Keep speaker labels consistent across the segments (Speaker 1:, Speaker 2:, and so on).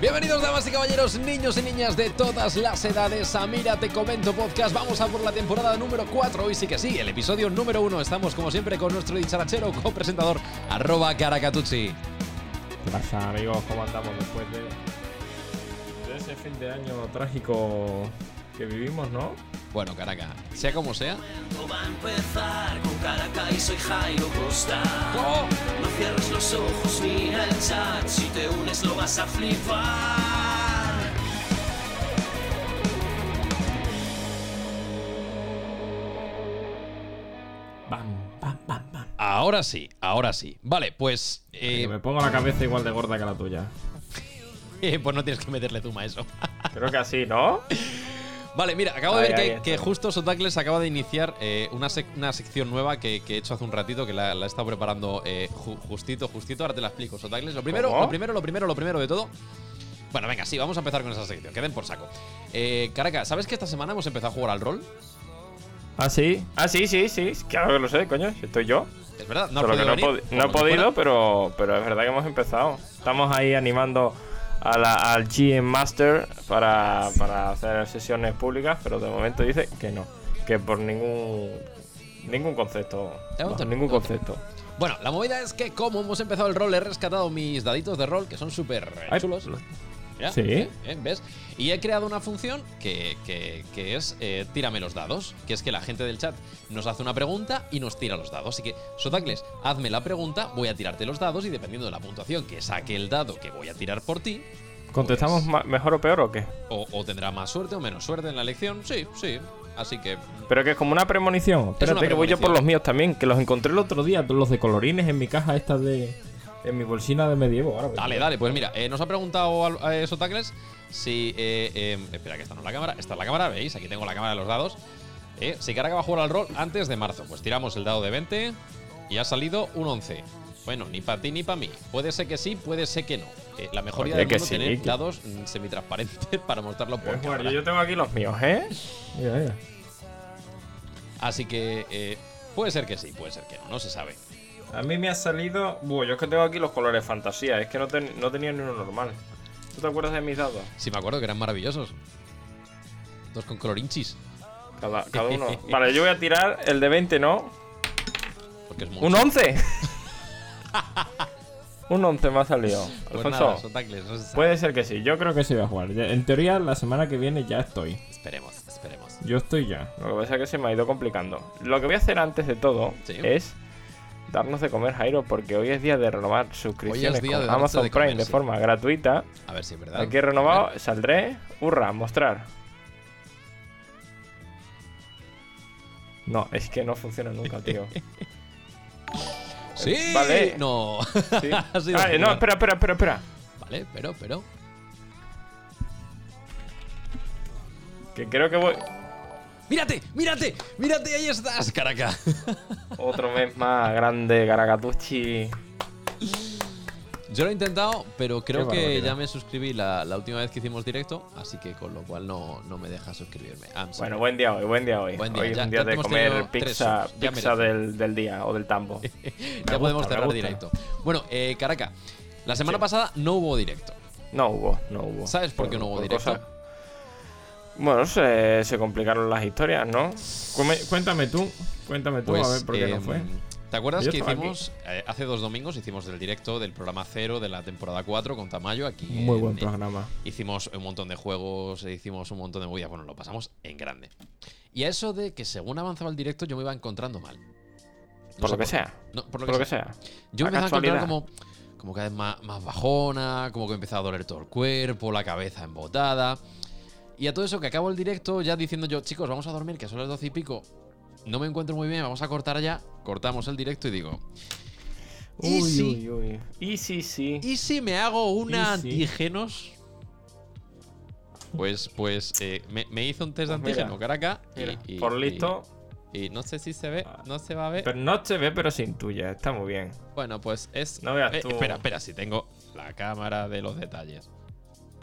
Speaker 1: Bienvenidos damas y caballeros, niños y niñas de todas las edades a Mira Te Comento Podcast. Vamos a por la temporada número 4, hoy sí que sí, el episodio número 1. Estamos como siempre con nuestro dicharachero copresentador, arroba caracatucci.
Speaker 2: ¿Qué pasa, amigos? ¿Cómo andamos después de, de ese fin de año trágico que vivimos, no?
Speaker 1: Bueno, Caraca, sea como sea,
Speaker 3: Esto va a empezar con Caracas y soy Jairo Costa.
Speaker 1: ¡Oh!
Speaker 3: No cierres los ojos, mira el chat. Si te unes, lo vas a flipar.
Speaker 2: ¡Bam, bam, bam, bam!
Speaker 1: ahora sí, ahora sí. Vale, pues... eh,
Speaker 2: Que me pongo la cabeza igual de gorda que la tuya.
Speaker 1: eh, pues no tienes que meterle zuma a eso.
Speaker 2: Creo que así, ¿no?
Speaker 1: Vale, mira, acabo de
Speaker 2: Ahí,
Speaker 1: ver
Speaker 2: ahí
Speaker 1: que,
Speaker 2: está.
Speaker 1: que justo Sotacles acaba de iniciar eh, una, sec- una sección nueva que, que he hecho hace un ratito, que la, la he estado preparando eh, ju- justito, justito. Ahora te la explico, Sotacles. Lo primero,
Speaker 2: ¿Cómo?
Speaker 1: lo primero, lo primero, lo primero de todo. Bueno, venga, sí, vamos a empezar con esa sección. Queden por saco. Eh, Caraca, ¿sabes que esta semana hemos empezado a jugar al rol?
Speaker 2: ¿Ah, sí? Ah, sí, sí, sí. Claro que lo sé, coño. si Estoy yo.
Speaker 1: Es verdad, no has
Speaker 2: Solo que
Speaker 1: podido
Speaker 2: no, he
Speaker 1: venir, por
Speaker 2: podi- no he
Speaker 1: lo que
Speaker 2: podido,
Speaker 1: fuera.
Speaker 2: pero, pero es verdad que hemos empezado. Estamos ahí animando a la- al GM Master para, para hacer sesiones públicas, pero de momento dice que no. Que por ningún ningún concepto.
Speaker 1: Ya
Speaker 2: bajo
Speaker 1: otro-
Speaker 2: ningún
Speaker 1: otro.
Speaker 2: concepto.
Speaker 1: Bueno, la movida es que como hemos empezado el rol, he rescatado mis daditos de rol, que son súper eh,
Speaker 2: Ay,
Speaker 1: chulos. Mira,
Speaker 2: Sí.
Speaker 1: eh, eh, ¿Ves? Y he creado una función que, que- que es eh, tírame los dados, que es que la gente del chat nos hace una pregunta y nos tira los dados. Así que, Sotacles, hazme la pregunta, voy a tirarte los dados y dependiendo de la puntuación que saque el dado que voy a tirar por ti, Pues.
Speaker 2: ¿Contestamos ma- mejor o peor o qué?
Speaker 1: o, o tendrá más suerte o menos suerte en la elección. Sí, sí. Así que...
Speaker 2: Pero que es como una premonición. Espérate que voy yo
Speaker 1: premonición.
Speaker 2: por los míos también, que los encontré el otro día, los de colorines en mi caja esta de. En mi bolsina de medievo. Ahora voy.
Speaker 1: Dale, dale, pues mira, eh, nos ha preguntado al- a, eh, Sotacles si. eh, eh, espera, que esta no es la cámara. Esta es la cámara, veis, aquí tengo la cámara de los dados. Eh, si Caraca va a jugar al rol antes de marzo, pues tiramos el dado de 20 y ha salido un 11. Bueno, ni para ti ni para mí. Puede ser que sí, puede ser que no. Eh, la mejor idea
Speaker 2: Oye,
Speaker 1: del
Speaker 2: que
Speaker 1: mundo
Speaker 2: sí,
Speaker 1: tener
Speaker 2: que-
Speaker 1: dados mm, semitransparentes para mostrarlo por
Speaker 2: Pues, bueno,
Speaker 1: cámara.
Speaker 2: yo, yo tengo aquí los míos, ¿eh? Mira, mira.
Speaker 1: Así que eh, puede ser que sí, puede ser que no, no se sabe.
Speaker 2: A mí me ha salido. Buah, yo es que tengo aquí los colores fantasía, es que no, ten- no tenía ni uno normal. ¿Tú te acuerdas de mis dados?
Speaker 1: Sí, me acuerdo que eran maravillosos. Dos con colorinchis.
Speaker 2: Cada, cada uno. Vale, yo voy a tirar el de 20, ¿no?
Speaker 1: Porque es
Speaker 2: ¡Un
Speaker 1: mucho.
Speaker 2: 11! Un 11 me ha salido.
Speaker 1: Pues nada,
Speaker 2: Alfonso,
Speaker 1: Sotacles, no se sabe.
Speaker 2: puede ser que sí. Yo creo que sí voy a jugar. Ya- En teoría, la semana que viene ya estoy.
Speaker 1: Esperemos, esperemos.
Speaker 2: Yo estoy ya. Lo que pasa es que se me ha ido complicando. Lo que voy a hacer antes de todo
Speaker 1: Sí.
Speaker 2: es darnos de comer, Jairo, porque hoy es día de renovar suscripciones
Speaker 1: día de
Speaker 2: con
Speaker 1: darse
Speaker 2: Amazon
Speaker 1: de comer,
Speaker 2: Prime de
Speaker 1: sí.
Speaker 2: forma gratuita.
Speaker 1: A ver si es verdad.
Speaker 2: Aquí he renovado, saldré. Hurra, mostrar. No, es que no funciona nunca, tío.
Speaker 1: Sí,
Speaker 2: Vale.
Speaker 1: no.
Speaker 2: Sí.
Speaker 1: Ha sido
Speaker 2: Ah,
Speaker 1: un
Speaker 2: no,
Speaker 1: hurra.
Speaker 2: espera, espera, espera, espera.
Speaker 1: vale, pero, pero.
Speaker 2: Que creo que voy.
Speaker 1: ¡Mírate! ¡Mírate! ¡Mírate! ¡Ahí estás, caraca!
Speaker 2: Otro mes más grande, Garagatuchi.
Speaker 1: Yo lo he intentado, pero creo
Speaker 2: Qué
Speaker 1: que
Speaker 2: barbaridad.
Speaker 1: ya me suscribí la, la última vez que hicimos directo, así que con lo cual no, no me deja suscribirme. Ah, I'm sorry.
Speaker 2: Bueno, buen día hoy, buen día hoy.
Speaker 1: Buen día,
Speaker 2: hoy es
Speaker 1: ya- ya
Speaker 2: un día de
Speaker 1: hemos
Speaker 2: comer
Speaker 1: tenido
Speaker 2: pizza,
Speaker 1: tres, ya
Speaker 2: pizza
Speaker 1: merece.
Speaker 2: del, del día o del tambo.
Speaker 1: ya podemos
Speaker 2: gusta, me
Speaker 1: cerrar
Speaker 2: gusta.
Speaker 1: directo. Bueno, eh, caraca, la semana pasada no hubo directo.
Speaker 2: No hubo, no hubo.
Speaker 1: ¿Sabes por qué no hubo directo?
Speaker 2: cosas- Bueno, se, se complicaron las historias, ¿no? Cuéntame tú, cuéntame tú, a ver por qué no
Speaker 1: em,
Speaker 2: fue.
Speaker 1: ¿Te acuerdas
Speaker 2: Yo
Speaker 1: que
Speaker 2: estaba aquí.
Speaker 1: hicimos eh, hace dos domingos? Hicimos el directo del programa cero de la temporada 4 con Tamayo aquí.
Speaker 2: Muy
Speaker 1: en-
Speaker 2: buen
Speaker 1: en-
Speaker 2: programa.
Speaker 1: Hicimos un montón de juegos, hicimos un montón de movidas. Bueno, lo pasamos en grande. Y a eso de que según avanzaba el directo yo me iba encontrando mal. No
Speaker 2: Por
Speaker 1: sé
Speaker 2: lo que sea.
Speaker 1: No, por lo
Speaker 2: Por
Speaker 1: que,
Speaker 2: lo que
Speaker 1: sea.
Speaker 2: sea.
Speaker 1: Yo me
Speaker 2: la
Speaker 1: iba a encontrar
Speaker 2: casualidad.
Speaker 1: como, como cada vez más, más bajona, como que empezaba a doler todo el cuerpo, la cabeza embotada. Y a todo eso que acabo el directo ya diciendo yo, chicos, vamos a dormir, que son las doce y pico. No me encuentro muy bien, vamos a cortar ya. Cortamos el directo y digo, Y
Speaker 2: Uy,
Speaker 1: sí.
Speaker 2: uy, uy. Y sí, sí.
Speaker 1: ¿Y si me hago una
Speaker 2: ¿Y si?
Speaker 1: antígenos? Pues, pues, eh, me, me hizo un test de
Speaker 2: Pues mira,
Speaker 1: antígeno, caraca. y-
Speaker 2: Mira,
Speaker 1: y-
Speaker 2: por
Speaker 1: y-
Speaker 2: listo.
Speaker 1: Y, no sé si se ve, no se va a ver.
Speaker 2: Pero no se ve, pero se intuye. Está muy bien.
Speaker 1: bueno, pues es.
Speaker 2: No veas
Speaker 1: Eh,
Speaker 2: tú.
Speaker 1: Espera, espera, si tengo la cámara de los detalles.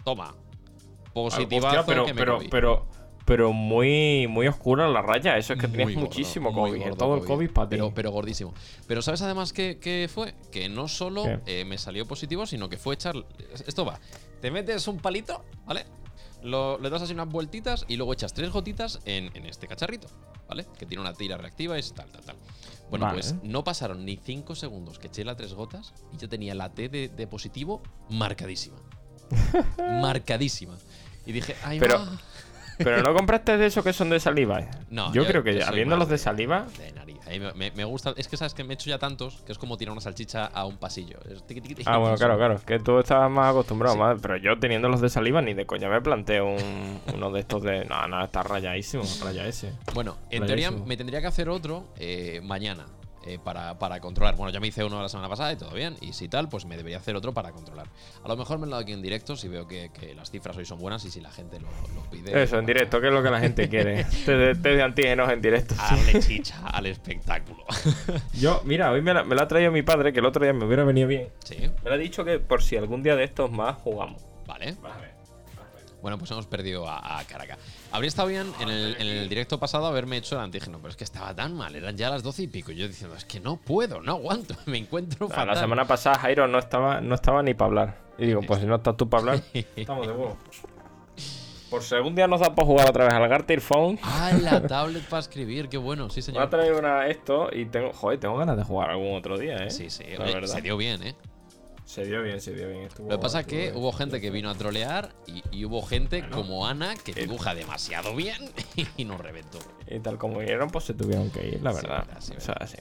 Speaker 1: Toma. Positivazo
Speaker 2: Hostia, pero,
Speaker 1: que me
Speaker 2: pero,
Speaker 1: comí.
Speaker 2: pero, pero muy, muy oscura la raya. Eso es que tenías
Speaker 1: Muy gordo,
Speaker 2: muchísimo
Speaker 1: muy
Speaker 2: COVID.
Speaker 1: gordo
Speaker 2: Todo el COVID para ti.
Speaker 1: Pero, pero gordísimo. Pero ¿sabes además qué, qué fue? Que no solo
Speaker 2: ¿Qué?
Speaker 1: eh, me salió positivo, sino que fue echar. Esto va. Te metes un palito, ¿vale? Lo- le das así unas vueltitas y luego echas tres gotitas en, en este cacharrito, ¿vale? Que tiene una tira reactiva y es tal, tal, tal. Bueno,
Speaker 4: Vale.
Speaker 1: pues no pasaron ni cinco segundos que eché las tres gotas y yo tenía la T de, de positivo marcadísima. marcadísima. Y dije, ay,
Speaker 2: Pero-
Speaker 1: ma,
Speaker 2: Pero no compraste de esos que son de saliva. eh.
Speaker 1: No,
Speaker 2: yo,
Speaker 1: yo-
Speaker 2: creo que
Speaker 1: yo soy
Speaker 2: habiendo
Speaker 1: más
Speaker 2: los de
Speaker 1: de-
Speaker 2: saliva,
Speaker 1: de nariz. A mí me, me- me gusta. Es que sabes que me he hecho ya tantos que es como tirar una salchicha a un pasillo. Es tiqui, tiqui, tiqui,
Speaker 2: Ah, bueno,
Speaker 1: tiqui.
Speaker 2: claro, claro. Es que tú estabas más acostumbrado,
Speaker 1: Sí.
Speaker 2: madre. Pero yo teniendo los de saliva ni de coña me planteo un- uno de estos de. No, no, está rayadísimo, raya ese.
Speaker 1: Bueno, en teoría
Speaker 2: Clarísimo.
Speaker 1: me tendría que hacer otro eh, mañana eh, para, para controlar. Bueno, ya me hice uno la semana pasada y todo bien. Y si tal, pues me debería hacer otro para controlar. A lo mejor me lo hago aquí en directo si veo que, que las cifras hoy son buenas y si la gente lo, lo pide.
Speaker 2: Eso, en directo, que es lo que la gente quiere. Test de, test de antígenos en directo. sí.
Speaker 1: Darle chicha al espectáculo.
Speaker 2: Yo, mira, hoy me la, me la ha traído mi padre, que el otro día me hubiera venido bien.
Speaker 1: sí,
Speaker 2: Me lo ha dicho que por si algún día de estos más jugamos.
Speaker 1: vale.
Speaker 2: Vale.
Speaker 1: Bueno, pues hemos perdido a, a Caracas. Habría estado bien en el, en el directo pasado haberme hecho el antígeno, pero es que estaba tan mal. Eran ya las doce y pico. y Yo diciendo, es que no puedo, no aguanto, me encuentro fatal.
Speaker 2: Ah, La semana pasada Jairo no estaba, no estaba ni para hablar. Y digo, pues si no estás tú para hablar, estamos de huevo. Por si algún día nos da por jugar otra vez al Garter Phone.
Speaker 1: Ah, la tablet para escribir, qué bueno, sí,
Speaker 2: Me ha
Speaker 1: señor.
Speaker 2: traído una esto y tengo. Joder, tengo ganas de jugar algún otro día, eh.
Speaker 1: Sí, sí,
Speaker 2: La
Speaker 1: oye,
Speaker 2: verdad.
Speaker 1: se dio bien, ¿eh?
Speaker 2: Se dio bien, se dio bien. Estuvo-
Speaker 1: Lo que pasa es
Speaker 2: estuvo
Speaker 1: que
Speaker 2: bien.
Speaker 1: hubo gente que vino a trolear y, y hubo gente como Ana que
Speaker 2: Eh.
Speaker 1: dibuja demasiado bien y nos reventó.
Speaker 2: Y tal como vinieron, pues se tuvieron que ir, la
Speaker 1: Sí,
Speaker 2: verdad.
Speaker 1: verdad, sí,
Speaker 2: o sea, sí.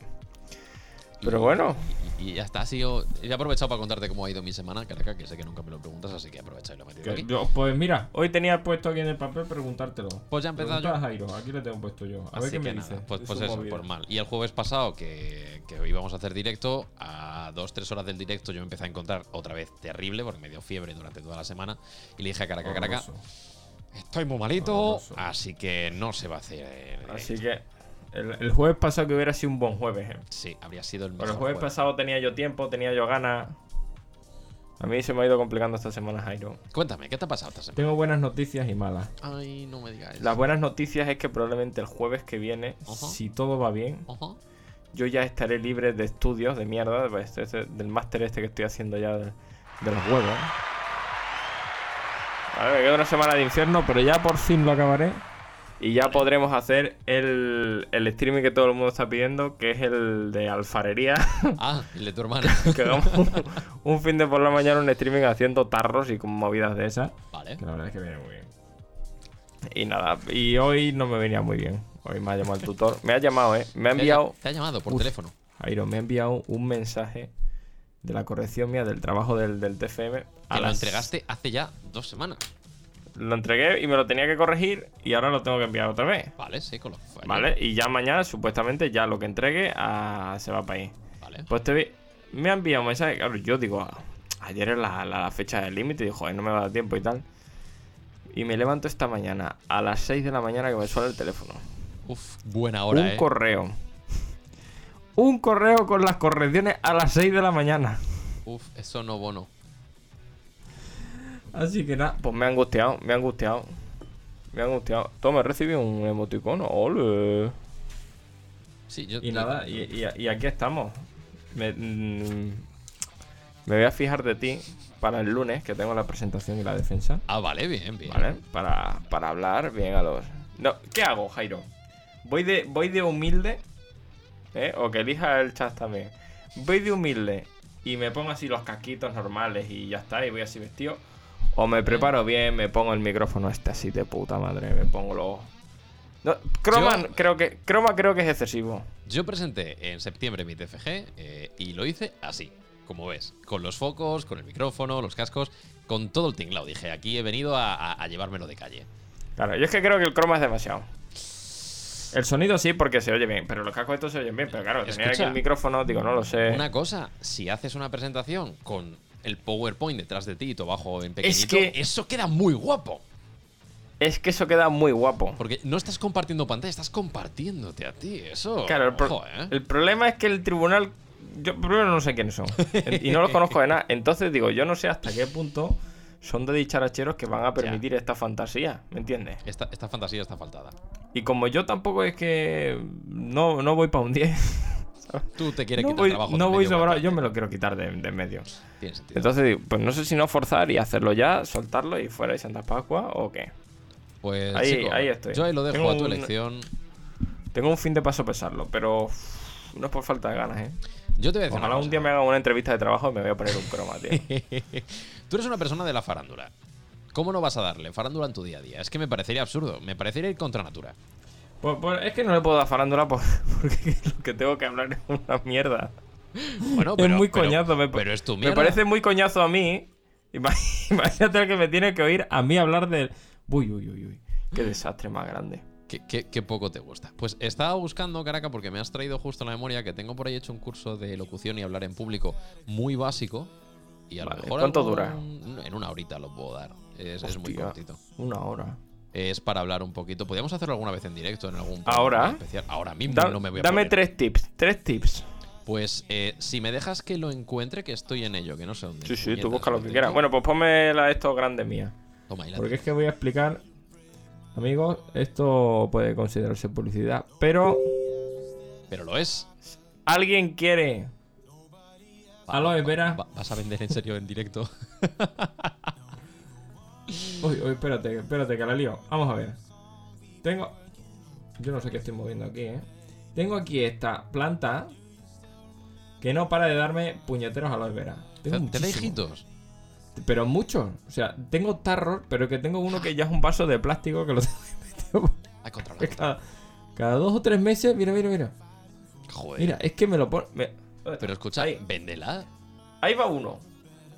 Speaker 1: Y-
Speaker 2: Pero bueno.
Speaker 1: Y, y ya está, ha sido. He aprovechado para contarte cómo ha ido mi semana, Caracas, que sé que nunca me lo preguntas, así que aprovecha y lo he metido aquí.
Speaker 4: Yo, pues mira, hoy tenía puesto aquí en el papel preguntártelo.
Speaker 1: Pues ya he empezado
Speaker 4: Pregunta
Speaker 1: yo.
Speaker 4: a Jairo, aquí le tengo puesto yo. A
Speaker 1: Así
Speaker 4: ver qué
Speaker 1: que
Speaker 4: me
Speaker 1: nada,
Speaker 4: dice.
Speaker 1: Pues,
Speaker 4: de
Speaker 1: pues
Speaker 4: su
Speaker 1: eso,
Speaker 4: movida.
Speaker 1: por mal. Y el jueves pasado, que, que íbamos a hacer directo, a dos, tres horas del directo yo me empecé a encontrar otra vez terrible, porque me dio fiebre durante toda la semana. Y le dije a Caraca, Caraca,
Speaker 4: Horroroso.
Speaker 1: estoy muy malito,
Speaker 4: Horroroso.
Speaker 1: así que no se va a hacer. eh,
Speaker 2: Así
Speaker 1: directo".
Speaker 2: que. El, el jueves pasado que hubiera sido un buen jueves, eh.
Speaker 1: Sí, habría sido el mejor.
Speaker 2: Pero el jueves
Speaker 1: jueves.
Speaker 2: pasado tenía yo tiempo, tenía yo ganas. A mí se me ha ido complicando esta semana, Jairo.
Speaker 1: Cuéntame, ¿qué te ha pasado esta semana?
Speaker 4: Tengo buenas noticias y malas.
Speaker 1: Ay, no me digas.
Speaker 2: Las buenas noticias es que probablemente el jueves que viene,
Speaker 1: Ojo.
Speaker 2: si todo va bien,
Speaker 1: Ajá.
Speaker 2: yo ya estaré libre de estudios de mierda, de este- este- del máster este que estoy haciendo ya de, de los huevos. A ver, me queda una semana de infierno, pero ya por fin lo acabaré. Y ya podremos hacer el, el streaming que todo el mundo está pidiendo, que es el de alfarería.
Speaker 1: Ah, el de tu hermana.
Speaker 2: que hagamos un, un fin de por la mañana un streaming haciendo tarros y con movidas de esas.
Speaker 1: vale.
Speaker 4: Que la verdad es que viene muy bien.
Speaker 2: Y nada, y hoy no me venía muy bien. Hoy me ha llamado el tutor. Me ha llamado, ¿eh? Me ha enviado...
Speaker 1: Te ha llamado por
Speaker 2: Uf.
Speaker 1: teléfono.
Speaker 2: Jairo, me ha enviado un mensaje de la corrección mía del trabajo del, del TFM.
Speaker 1: Que lo
Speaker 2: las-
Speaker 1: entregaste hace ya dos semanas.
Speaker 2: Lo entregué y me lo tenía que corregir y ahora lo tengo que enviar otra vez.
Speaker 1: Vale, sí, con lo fue ayer.
Speaker 2: ¿Vale? Y ya mañana, supuestamente, ya lo que entregue ah, se va para ahí.
Speaker 1: Vale.
Speaker 2: Pues te vi- me ha enviado un mensaje. Claro, yo digo, "Ah, ayer era la, la fecha del límite y dijo, joder, no me va a dar tiempo y tal. Y me levanto esta mañana, a las 6 de la mañana que me suena el teléfono.
Speaker 1: Uf, buena hora,
Speaker 2: un
Speaker 1: eh.
Speaker 2: correo. Un correo con las correcciones a las 6 de la mañana.
Speaker 1: Uf, eso no bono.
Speaker 4: Así que nada.
Speaker 2: Pues me ha angustiado, me ha angustiado. Me ha angustiado. Toma, recibí un emoticono. Ole.
Speaker 1: Sí, yo.
Speaker 2: Y nada, y, y- y aquí estamos. Me, mm, me voy a fijar de ti para el lunes, que tengo la presentación y la defensa.
Speaker 1: Ah, vale, bien, bien.
Speaker 2: ¿Vale? Para, para hablar bien a los. No, ¿qué hago, Jairo? Voy de, voy de humilde. ¿eh? O que elija el chat también. Voy de humilde y me pongo así los casquitos normales y ya está, y voy así vestido. O me preparo bien, me pongo el micrófono este así de puta madre, me pongo los. No, croma,
Speaker 1: Yo-
Speaker 2: creo que, croma creo que es excesivo.
Speaker 1: Yo presenté en septiembre mi TFG eh, y lo hice así, como ves, con los focos, con el micrófono, los cascos, con todo el tinglao. Dije, aquí he venido a, a- a llevármelo de calle.
Speaker 2: Claro, yo es que creo que el croma es demasiado. El sonido sí, porque se oye bien, pero los cascos estos se oyen bien. Pero claro, tener aquí
Speaker 1: Escucha,
Speaker 2: el micrófono, digo, no lo sé.
Speaker 1: Una cosa, si haces una presentación con el PowerPoint detrás de ti y tu abajo en pequeñito,
Speaker 2: que-
Speaker 1: eso queda muy guapo.
Speaker 2: Es que eso queda muy guapo.
Speaker 1: Porque no estás compartiendo pantalla, estás compartiéndote a ti. Eso.
Speaker 2: Claro, el, pro-
Speaker 1: ojo, ¿eh?
Speaker 2: el problema es que el tribunal. Yo primero no sé quiénes son. en- y no los conozco de nada. Entonces digo, yo no sé hasta qué punto son de dicharacheros que van a permitir esta fantasía. ¿Me entiendes?
Speaker 1: Esta, esta fantasía está faltada.
Speaker 2: Y como yo tampoco es que. No, no voy para un 10. ¿sabes?
Speaker 1: Tú te quieres
Speaker 2: no
Speaker 1: quitar
Speaker 2: voy,
Speaker 1: trabajo.
Speaker 2: no
Speaker 1: de
Speaker 2: voy
Speaker 1: medio
Speaker 2: sobrado,
Speaker 1: hueco.
Speaker 2: yo me lo quiero quitar de, de en medio.
Speaker 1: Tiene sentido.
Speaker 2: Entonces digo, pues no sé si no forzar y hacerlo ya, soltarlo y fuera y Santa Pascua o qué.
Speaker 1: pues,
Speaker 2: ahí-
Speaker 1: chico,
Speaker 2: ahí estoy.
Speaker 1: Yo ahí lo dejo
Speaker 2: Tengo
Speaker 1: a tu
Speaker 2: un-
Speaker 1: elección.
Speaker 2: Tengo un fin de paso pesarlo, pero uff, no es por falta de ganas, ¿eh?
Speaker 1: Yo te voy a decir.
Speaker 2: Ojalá
Speaker 1: una
Speaker 2: un día me hagan una entrevista de trabajo y me voy a poner un croma, tío.
Speaker 1: cosa. Tú eres una persona de la farándula. ¿Cómo no vas a darle farándula en tu día a día? Es que me parecería absurdo. Me parecería ir contra natura.
Speaker 2: Pues, pues, es que no le puedo dar farándula por- porque lo que tengo que hablar es una mierda.
Speaker 1: Bueno, pero,
Speaker 2: es muy
Speaker 1: pero-
Speaker 2: coñazo, me, pa-
Speaker 1: pero es tu
Speaker 2: me
Speaker 1: mierda.
Speaker 2: parece muy coñazo a mí. Ima- Imagínate el que me tiene que oír a mí hablar del. Uy, uy, uy, uy. Qué desastre más grande.
Speaker 1: Qué, qué- qué poco te gusta. Pues estaba buscando, Caraca, porque me has traído justo a la memoria que tengo por ahí hecho un curso de locución y hablar en público muy básico. Y a lo
Speaker 2: Vale,
Speaker 1: mejor.
Speaker 2: ¿cuánto
Speaker 1: dura? En una horita lo puedo dar. Es, es muy
Speaker 2: Hostia,
Speaker 1: cortito.
Speaker 2: Una hora.
Speaker 1: Es para hablar un poquito. Podríamos hacerlo alguna vez en directo, en algún programa
Speaker 2: ¿Ahora?
Speaker 1: especial. Ahora mismo
Speaker 2: Da-
Speaker 1: no me voy a
Speaker 2: dame
Speaker 1: poner.
Speaker 2: tres tips. Tres tips.
Speaker 1: Pues eh, si me dejas que lo encuentre, que estoy en ello, que no sé dónde.
Speaker 2: Sí, sí, tú
Speaker 1: puñetas
Speaker 2: busca
Speaker 1: lo
Speaker 2: lo que
Speaker 1: tengo.
Speaker 2: quieras. Bueno, pues ponme la esto grande mía.
Speaker 1: Toma, ahí la
Speaker 2: porque
Speaker 4: Es que voy a explicar. Amigos, esto puede considerarse publicidad, pero
Speaker 1: tengo. Pero lo es.
Speaker 2: alguien quiere.
Speaker 4: Aloe vera.
Speaker 1: Va- ¿Vas a vender en serio en directo?
Speaker 4: Uy, uy, espérate, espérate, que la lío. Vamos a ver. Tengo. Yo no sé qué estoy moviendo aquí, eh. Tengo aquí esta planta que no para de darme puñeteros a la vera. Tengo
Speaker 1: ¿Te
Speaker 4: muchísimo.
Speaker 1: da hijitos?
Speaker 4: Pero muchos. O sea, tengo tarros, pero que tengo uno que ya es un vaso de plástico que lo tengo metido
Speaker 1: Ay, controla.
Speaker 4: porque cada, cada dos o tres meses. Mira, mira, mira.
Speaker 1: Joder.
Speaker 4: Mira, es que me lo pone. me-
Speaker 1: Pero escucha,
Speaker 2: Ahí.
Speaker 1: véndela.
Speaker 2: Ahí va uno.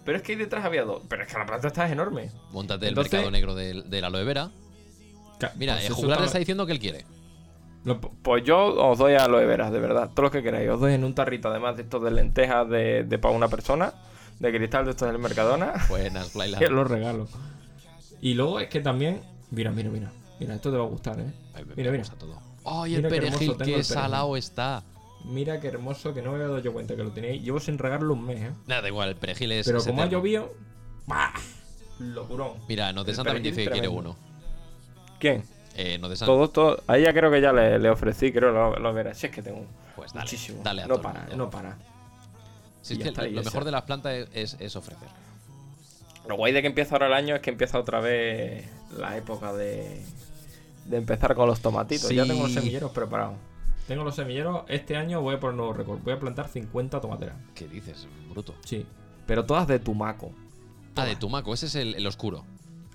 Speaker 2: Pero es que ahí detrás había dos. Pero es que la planta está enorme.
Speaker 1: Móntate el
Speaker 2: Entonces-
Speaker 1: mercado negro del, del aloe vera.
Speaker 4: Ca-
Speaker 1: Mira, eh,
Speaker 4: pues
Speaker 1: el
Speaker 4: eso
Speaker 1: juglar
Speaker 4: está-
Speaker 1: está diciendo que él quiere.
Speaker 4: lo po-
Speaker 2: Pues yo os doy aloe veras, de verdad. Todo lo que queráis. Os doy en un tarrito, además de estos de lentejas de, de para una persona. De cristal de estos del Mercadona.
Speaker 1: Buenas, Flyland.
Speaker 4: que lo regalo. Y luego es que también. Mira, mira, mira. Mira, esto te va a gustar, eh.
Speaker 1: Ay, me- me
Speaker 4: Mira, mira.
Speaker 1: gusta todo. ¡Ay, el
Speaker 4: Mira qué
Speaker 1: perejil!
Speaker 4: hermoso tengo el
Speaker 1: ¡Qué
Speaker 4: perejil.
Speaker 1: salado está!
Speaker 4: Mira qué hermoso, que no me había dado yo cuenta que lo tenéis. Llevo sin regarlo un mes, ¿eh?
Speaker 1: Nada, da igual, el perejil es.
Speaker 4: Pero
Speaker 1: es
Speaker 4: como ha
Speaker 1: eterno.
Speaker 4: llovido, ¡bah! Locurón.
Speaker 1: Mira, Nos de
Speaker 2: El
Speaker 1: Santa
Speaker 2: perejil
Speaker 1: dice que quiere
Speaker 2: tremendo.
Speaker 1: uno.
Speaker 2: ¿Quién?
Speaker 1: Eh, Nos de Santa.
Speaker 2: Todos, todos. A ella creo que ya le, le ofrecí, creo, lo, lo verás. Si es que tengo
Speaker 1: Pues dale,
Speaker 2: muchísimo.
Speaker 1: dale a
Speaker 2: no
Speaker 1: todo el
Speaker 2: para,
Speaker 1: mundo.
Speaker 2: no para.
Speaker 1: Si es
Speaker 2: y ya
Speaker 1: que
Speaker 2: está, y
Speaker 1: lo
Speaker 2: ya
Speaker 1: mejor
Speaker 2: está.
Speaker 1: de las plantas es, es- es ofrecer.
Speaker 2: Lo guay de que empieza ahora el año es que empieza otra vez la época de, de empezar con los tomatitos. Ya
Speaker 1: Sí.
Speaker 2: tengo los semilleros preparados.
Speaker 4: Tengo los semilleros. Este año voy a poner nuevo récord. Voy a plantar 50 tomateras.
Speaker 1: ¿Qué dices, bruto?
Speaker 4: Sí.
Speaker 2: Pero todas de tumaco.
Speaker 1: Ah, de Tumaco, ese es el, el oscuro.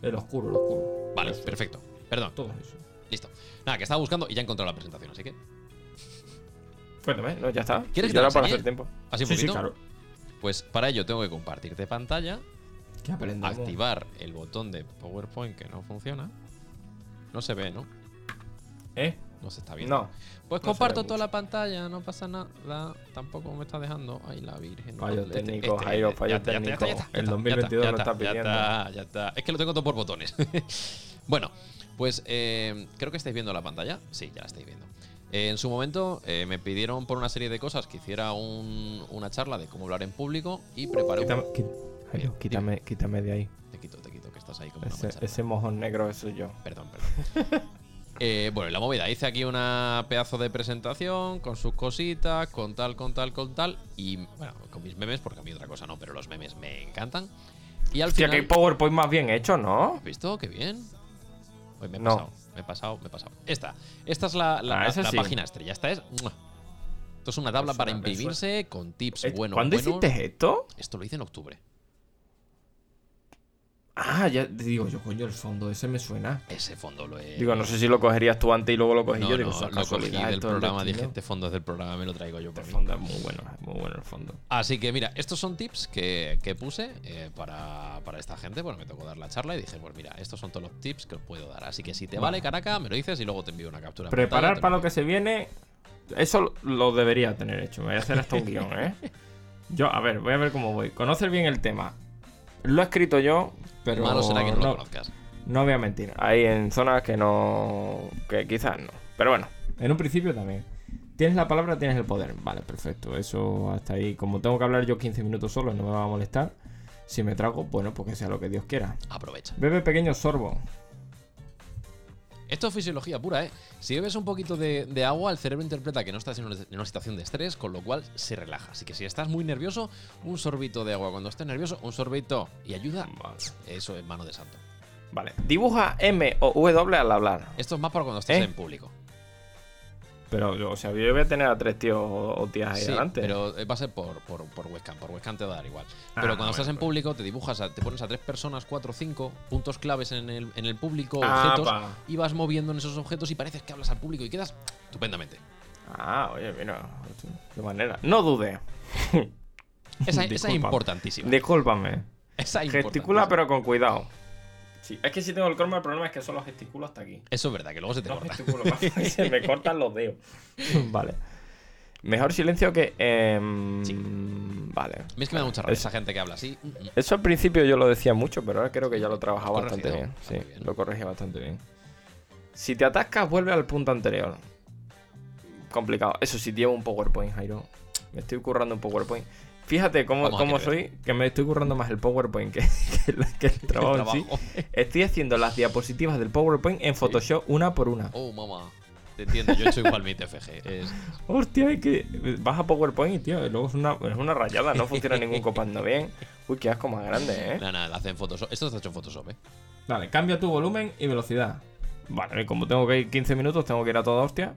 Speaker 4: El oscuro, el oscuro.
Speaker 1: Vale, perfecto. Perdón,
Speaker 4: Todo eso.
Speaker 1: listo. Nada, que estaba buscando y ya he encontrado la presentación, así que.
Speaker 2: Cuéntame, no, ya está.
Speaker 1: ¿Quieres que te
Speaker 2: Yo era
Speaker 1: lo
Speaker 2: para
Speaker 1: enseñe?
Speaker 2: hacer tiempo.
Speaker 1: Así un
Speaker 4: Sí, sí,
Speaker 1: poquito.
Speaker 4: claro.
Speaker 1: Pues para ello tengo que compartirte pantalla,
Speaker 4: Que aprendamos.
Speaker 1: activar el botón de PowerPoint que no funciona. No se ve, ¿no?
Speaker 2: ¿Eh?
Speaker 1: No se está viendo.
Speaker 2: No.
Speaker 1: Pues
Speaker 2: No
Speaker 1: comparto
Speaker 2: sabe
Speaker 1: toda la pantalla, no pasa nada. Tampoco me está dejando. Ay, la virgen.
Speaker 2: Fallo
Speaker 1: Este, este,
Speaker 2: técnico,
Speaker 1: este,
Speaker 2: Jairo,
Speaker 1: este.
Speaker 2: fallo
Speaker 1: Ya está, ya está, ya
Speaker 2: técnico.
Speaker 1: está, ya
Speaker 2: El
Speaker 1: está,
Speaker 2: 2022
Speaker 1: ya
Speaker 2: lo
Speaker 1: está,
Speaker 2: está pidiendo.
Speaker 1: Ya está, ya está. Es que lo tengo todo por botones. bueno, pues eh, creo que estáis viendo la pantalla. Sí, ya la estáis viendo. Eh, en su momento eh, me pidieron por una serie de cosas que hiciera un- una charla de cómo hablar en público y preparé un-
Speaker 2: Quítame, qui- Ay, no, quítame, quítame de ahí.
Speaker 1: Te quito, te quito, que estás ahí como una
Speaker 2: Ese,
Speaker 1: manzana.
Speaker 2: ese mojón negro, eso soy yo.
Speaker 1: Perdón, perdón. Eh, bueno, la movida. Hice aquí una pedazo de presentación con sus cositas, con tal, con tal, con tal. Y bueno, con mis memes, porque a mí otra cosa no, pero los memes me encantan. Y al
Speaker 2: Hostia, que
Speaker 1: final.
Speaker 2: PowerPoint más bien hecho, ¿no?
Speaker 1: ¿Has visto? Qué bien. Hoy me he
Speaker 2: No.
Speaker 1: pasado, me he pasado, me he pasado. Esta. Esta es la, la-
Speaker 2: Ah, esa
Speaker 1: la
Speaker 2: sí.
Speaker 1: página estrella. Esta es. ¡mua! Esto es una tabla
Speaker 2: Eso
Speaker 1: para
Speaker 2: era- eso era.
Speaker 1: imprimirse con tips
Speaker 2: Eh,
Speaker 1: Pues bueno,
Speaker 2: ¿Cuándo
Speaker 1: bueno.
Speaker 2: hiciste esto?
Speaker 1: Esto lo hice en octubre.
Speaker 4: Ah, ya te digo yo, coño, el fondo ese me suena.
Speaker 1: Ese fondo lo he.
Speaker 2: Digo, no sé si lo cogerías tú antes y luego lo cogí
Speaker 1: no,
Speaker 2: yo. Digo,
Speaker 1: no,
Speaker 2: eso es
Speaker 1: lo cogí
Speaker 2: casualidad,
Speaker 1: del
Speaker 2: esto es
Speaker 1: programa. Dije,
Speaker 2: destino.
Speaker 1: este fondo es del programa, me lo traigo yo.
Speaker 2: Este
Speaker 1: para mí.
Speaker 2: fondo es muy bueno, es muy bueno el fondo.
Speaker 1: Así que mira, estos son tips que, que puse eh, para, para esta gente. Bueno, me tocó dar la charla y dije, pues mira, estos son todos los tips que os puedo dar. Así que si te vale, caraca, me lo dices y luego te envío una captura. de pantalla,
Speaker 2: Preparar
Speaker 1: te
Speaker 2: para
Speaker 1: lo
Speaker 2: lo que se viene, eso lo debería tener hecho. Me voy a hacer hasta un guión, ¿eh? Yo, a ver, voy a ver cómo voy. Conocer bien el tema. Lo he escrito yo,
Speaker 1: envío.
Speaker 2: pero
Speaker 1: Malo será que no, lo
Speaker 2: no,
Speaker 1: conozcas.
Speaker 2: no voy a mentir. Ahí en zonas que no. que quizás no. Pero bueno,
Speaker 4: En un principio también. Tienes la palabra, tienes el poder. Vale, perfecto. Eso hasta ahí. Como tengo que hablar yo 15 minutos solo, no me va a molestar. Si me trago, bueno, pues que sea lo que Dios quiera.
Speaker 1: Aprovecha.
Speaker 4: Bebe pequeño sorbo.
Speaker 1: Esto es fisiología pura, ¿eh? Si bebes un poquito de, de agua, el cerebro interpreta que no estás en una, en una situación de estrés, con lo cual se relaja. Así que si estás muy nervioso, un sorbito de agua. Cuando estés nervioso, un sorbito. Y ayuda. Eso es mano de santo.
Speaker 2: Vale. Dibuja M o W al hablar.
Speaker 1: Esto es más para cuando estés
Speaker 2: ¿Eh?
Speaker 1: en público.
Speaker 2: Pero, o sea, yo voy a tener a tres tíos o o tías ahí
Speaker 1: Sí,
Speaker 2: adelante.
Speaker 1: pero eh, va a ser por, por, por webcam. Por webcam te va a dar igual.
Speaker 2: Ah,
Speaker 1: Pero cuando
Speaker 2: bueno,
Speaker 1: estás en
Speaker 2: pues.
Speaker 1: público, te dibujas, a- te pones a tres personas, cuatro, cinco, puntos claves en el, en el público,
Speaker 2: Ah,
Speaker 1: objetos,
Speaker 2: pa.
Speaker 1: y vas moviendo en esos objetos y pareces que hablas al público y quedas estupendamente.
Speaker 2: Ah, oye, mira. De manera. No dude.
Speaker 1: Esa, esa es
Speaker 2: Disculpa.
Speaker 1: importantísima.
Speaker 2: Discúlpame.
Speaker 1: Esa es
Speaker 2: Gesticula,
Speaker 1: importantísima.
Speaker 2: pero con cuidado. Sí, es que si tengo el croma, el problema es que solo gesticulo hasta aquí.
Speaker 1: Eso es verdad, que luego se te
Speaker 2: No
Speaker 1: corta.
Speaker 2: gesticulo más, porque se me cortan los dedos. vale. Mejor silencio que. em,
Speaker 1: Sí.
Speaker 2: Vale.
Speaker 1: A mí es que me da mucha rabia
Speaker 2: Es-
Speaker 1: esa gente que habla así. Mm, mm.
Speaker 2: Eso al principio yo lo decía mucho, pero ahora creo que ya lo trabajaba
Speaker 1: Lo has
Speaker 2: bastante
Speaker 1: corregido.
Speaker 2: bien.
Speaker 1: Ah,
Speaker 2: Sí,
Speaker 1: muy bien.
Speaker 2: lo corregía bastante bien. Si te atascas, vuelve al punto anterior. Complicado. Eso sí, llevo un PowerPoint, Jairo. Me estoy currando un PowerPoint. Fíjate cómo,
Speaker 1: Vamos a
Speaker 2: cómo
Speaker 1: que
Speaker 2: soy, que me estoy currando más el PowerPoint que, que la- que el trabajo. en sí.
Speaker 1: trabajo.
Speaker 2: Estoy haciendo las diapositivas del PowerPoint en Photoshop una por una.
Speaker 1: Oh, mamá. Te entiendo, yo he hecho igual mi TFG. Es-
Speaker 2: Hostia, es que vas a PowerPoint y, tío, luego es una, es una rayada, no funciona ningún copando bien. Uy, qué asco más grande, ¿eh?
Speaker 1: Nada, nada, lo hacen en Photoshop. Esto está hecho en Photoshop, ¿eh?
Speaker 4: Vale, cambia tu volumen y velocidad.
Speaker 2: Vale, como tengo que ir 15 minutos, tengo que ir a toda hostia.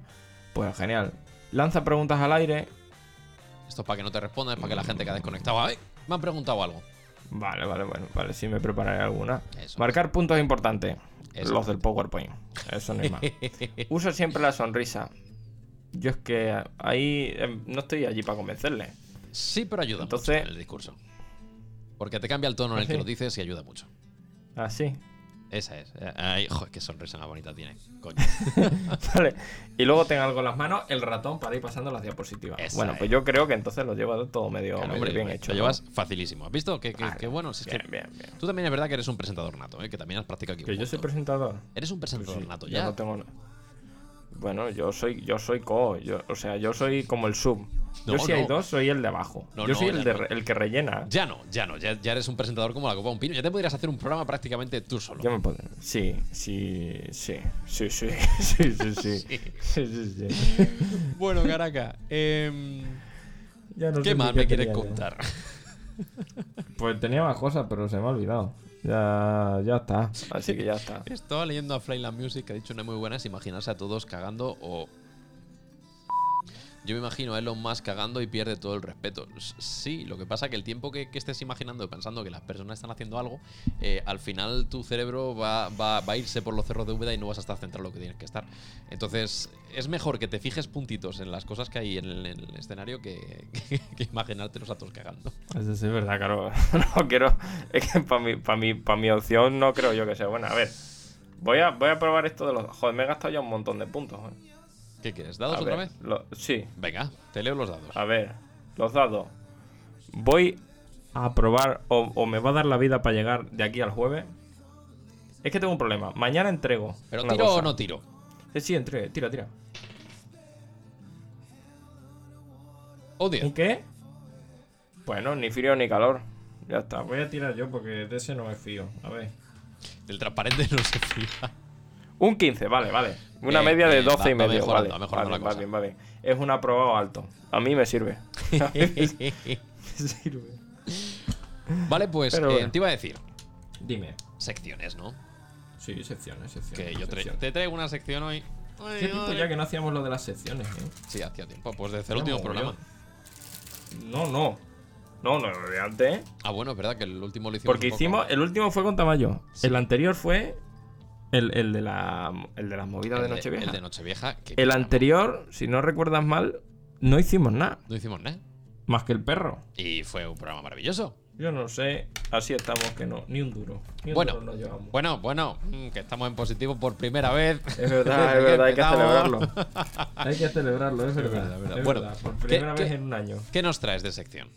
Speaker 2: Pues genial. Lanza preguntas al aire.
Speaker 1: Esto es para que no te respondan, es para que la gente que ha desconectado. "Ay, Me han preguntado algo.
Speaker 2: Vale, vale, bueno, vale, sí me prepararé alguna.
Speaker 1: Eso.
Speaker 2: Marcar puntos importantes.
Speaker 1: Eso.
Speaker 2: Los del PowerPoint. Eso no es más. Uso siempre la sonrisa. Yo es que ahí eh, no estoy allí para convencerle.
Speaker 1: Sí, pero ayuda
Speaker 2: Entonces-
Speaker 1: mucho en el discurso. Porque te cambia el tono en el que
Speaker 2: Sí.
Speaker 1: lo dices y ayuda mucho.
Speaker 2: Así.
Speaker 1: Esa es. Eh, Ay, joder, qué sonrisa más bonita tiene. Coño.
Speaker 2: Vale. Y luego tengo
Speaker 4: Tenga algo en las manos, el ratón para ir pasando las diapositivas.
Speaker 1: Esa
Speaker 2: Bueno,
Speaker 1: es.
Speaker 2: pues yo creo que entonces lo llevo todo medio,
Speaker 1: Claro,
Speaker 2: medio
Speaker 1: hombre, pues
Speaker 2: bien hecho.
Speaker 1: Lo
Speaker 2: ¿no?
Speaker 1: llevas facilísimo. ¿Has visto? Qué, qué-
Speaker 2: Vale.
Speaker 1: qué bueno. Si es que
Speaker 2: Bien, bien, bien.
Speaker 1: Tú también es verdad que eres un presentador nato, ¿eh? que también has practicado aquí. un
Speaker 2: Que yo soy
Speaker 1: montón.
Speaker 2: presentador.
Speaker 1: Eres un presentador nato
Speaker 2: Yo
Speaker 1: Pues ya.
Speaker 2: no tengo na- Bueno, yo soy, yo soy co, yo- o sea, yo soy como el sub.
Speaker 1: No,
Speaker 2: yo si hay
Speaker 1: no.
Speaker 2: dos, soy el de abajo.
Speaker 1: No,
Speaker 2: yo
Speaker 1: no,
Speaker 2: soy
Speaker 1: ya
Speaker 2: el, de
Speaker 1: no.
Speaker 2: re- el que rellena.
Speaker 1: Ya no, ya no, ya, ya eres un presentador como la copa de un pino. Ya te podrías hacer un programa prácticamente tú solo.
Speaker 2: Yo me puedo. Sí, sí, sí, sí, sí, sí, sí, sí, sí, sí, sí.
Speaker 1: Bueno, Caraca, em,
Speaker 4: Ya no sé
Speaker 1: ¿qué
Speaker 4: ni
Speaker 1: más
Speaker 4: qué
Speaker 1: me quieres
Speaker 4: tenía ya.
Speaker 1: contar?
Speaker 4: Pues tenía más cosas, pero se me ha olvidado. Ya, ya está.
Speaker 2: Así que ya está.
Speaker 1: Estaba leyendo a Flyland Music que ha dicho una muy buena es imaginarse a todos cagando o. Yo me imagino a Elon Musk cagando y pierde todo el respeto. S- Sí, lo que pasa que el tiempo que, que estés imaginando, pensando que las personas están haciendo algo, eh, al final tu cerebro va, va- va a irse por los cerros de Úbeda y no vas a estar centrado en lo que tienes que estar. Entonces, es mejor que te fijes puntitos en las cosas que hay en el, en el escenario que, que, que imaginártelos a todos cagando.
Speaker 2: Eso sí es verdad, claro. No quiero. Es que para mi, pa' mi, pa' mi opción no creo yo que sea buena. A ver, voy a, voy a probar esto de los. Joder, me he gastado ya un montón de puntos. ¿eh?
Speaker 1: ¿Qué quieres?
Speaker 2: A
Speaker 1: ¿Dados otra
Speaker 2: ver, Ah,
Speaker 1: vez?
Speaker 2: lo- sí,
Speaker 1: Venga, te leo los dados.
Speaker 2: A ver, los dados. Voy a probar o, o me va a dar la vida para llegar de aquí al jueves. Es que tengo un problema. Mañana entrego.
Speaker 1: ¿Pero
Speaker 2: una
Speaker 1: tiro o
Speaker 2: cosa. Eh,
Speaker 1: no tiro?
Speaker 2: Sí, sí, entregue. Tira, tira.
Speaker 1: Oh, diez.
Speaker 4: ¿Un qué?
Speaker 2: Bueno, ni frío ni calor. Ya está.
Speaker 4: Voy a tirar yo porque de ese no me fío. A ver.
Speaker 1: El transparente no se fija.
Speaker 2: Un 15, vale, vale. Una
Speaker 1: Eh,
Speaker 2: media de
Speaker 1: eh,
Speaker 2: 12
Speaker 1: va-
Speaker 2: y
Speaker 1: va
Speaker 2: medio.
Speaker 1: mejorando,
Speaker 2: vale,
Speaker 1: va mejorando
Speaker 2: vale,
Speaker 1: la
Speaker 2: va
Speaker 1: cosa.
Speaker 2: bien, va bien. Es un aprobado alto. A mí me sirve. Me sirve.
Speaker 1: vale, pues
Speaker 2: Pero
Speaker 1: eh,
Speaker 2: bueno.
Speaker 1: te iba a decir
Speaker 4: Dime.
Speaker 1: secciones, ¿no?
Speaker 4: Sí, secciones, secciones.
Speaker 1: Que yo tra-
Speaker 4: secciones.
Speaker 1: te traigo una sección hoy. Ay,
Speaker 4: Hace tiempo
Speaker 1: ay.
Speaker 4: ya que no hacíamos lo de las secciones, ¿eh?
Speaker 1: Sí, hacía tiempo. Pues desde el
Speaker 4: Ya
Speaker 1: último
Speaker 4: mogollón.
Speaker 1: programa.
Speaker 2: No, no. No, no, lo de antes. ¿eh?
Speaker 1: Ah, bueno, es verdad que el último lo hicimos.
Speaker 2: Porque
Speaker 1: un poco-
Speaker 2: hicimos. El último fue con Tamayo. El anterior fue. El, el de la. El de las movidas
Speaker 1: el
Speaker 2: de Nochevieja.
Speaker 1: El
Speaker 2: El,
Speaker 1: de Nochevieja. que
Speaker 2: anterior, si no recuerdas mal, no hicimos nada.
Speaker 1: No hicimos nada.
Speaker 2: Más que el perro.
Speaker 1: Y fue un programa maravilloso.
Speaker 2: Yo no sé. Así estamos que no.
Speaker 4: Ni un duro. Ni un
Speaker 1: Bueno,
Speaker 4: duro nos llevamos.
Speaker 1: bueno, bueno, mm, que estamos en positivo por primera vez.
Speaker 2: Es verdad, es verdad, hay que
Speaker 1: Empezamos.
Speaker 2: celebrarlo.
Speaker 4: Hay que celebrarlo, es verdad.
Speaker 1: verdad,
Speaker 4: es
Speaker 1: verdad.
Speaker 4: verdad.
Speaker 1: Bueno,
Speaker 4: por
Speaker 1: ¿qué-
Speaker 4: primera
Speaker 1: qué-
Speaker 4: vez en un año.
Speaker 1: ¿Qué nos traes de sección?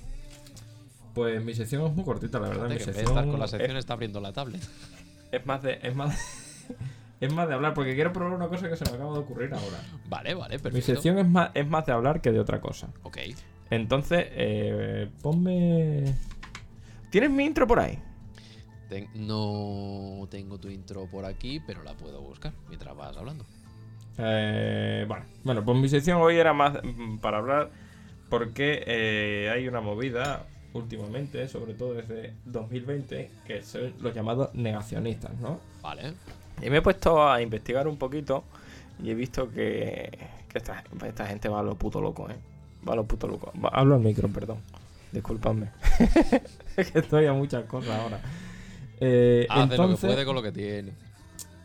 Speaker 4: Pues mi sección es muy cortita, la verdad.
Speaker 1: Fíjate
Speaker 4: Mi
Speaker 1: que en vez de
Speaker 4: sección...
Speaker 1: estar con la sección está abriendo la tablet.
Speaker 2: Es más de.
Speaker 4: Es más, es más de hablar, porque quiero probar una cosa que se me acaba de ocurrir ahora.
Speaker 1: Vale, vale,
Speaker 4: Mi
Speaker 1: perfecto.
Speaker 4: sección es más, es más de hablar que de otra cosa.
Speaker 1: Ok.
Speaker 2: Entonces, eh,
Speaker 4: Ponme.
Speaker 2: ¿tienes mi intro por ahí?
Speaker 1: Ten- no tengo tu intro por aquí, pero la puedo buscar mientras vas hablando.
Speaker 4: Eh, bueno,
Speaker 2: Bueno, pues mi sección hoy era más mm, para hablar porque eh, hay una movida
Speaker 4: últimamente, sobre todo desde 2020, que son los llamados negacionistas, ¿no?
Speaker 1: Vale.
Speaker 2: Y me he puesto a investigar un poquito y he visto que, que esta, esta gente va a lo puto loco, ¿eh? Va a lo puto loco. Va- hablo al micro, perdón. Disculpadme.
Speaker 4: Es que estoy a muchas cosas ahora. Eh,
Speaker 1: Hace Ah, lo que
Speaker 4: entonces,
Speaker 1: puede con lo que tiene.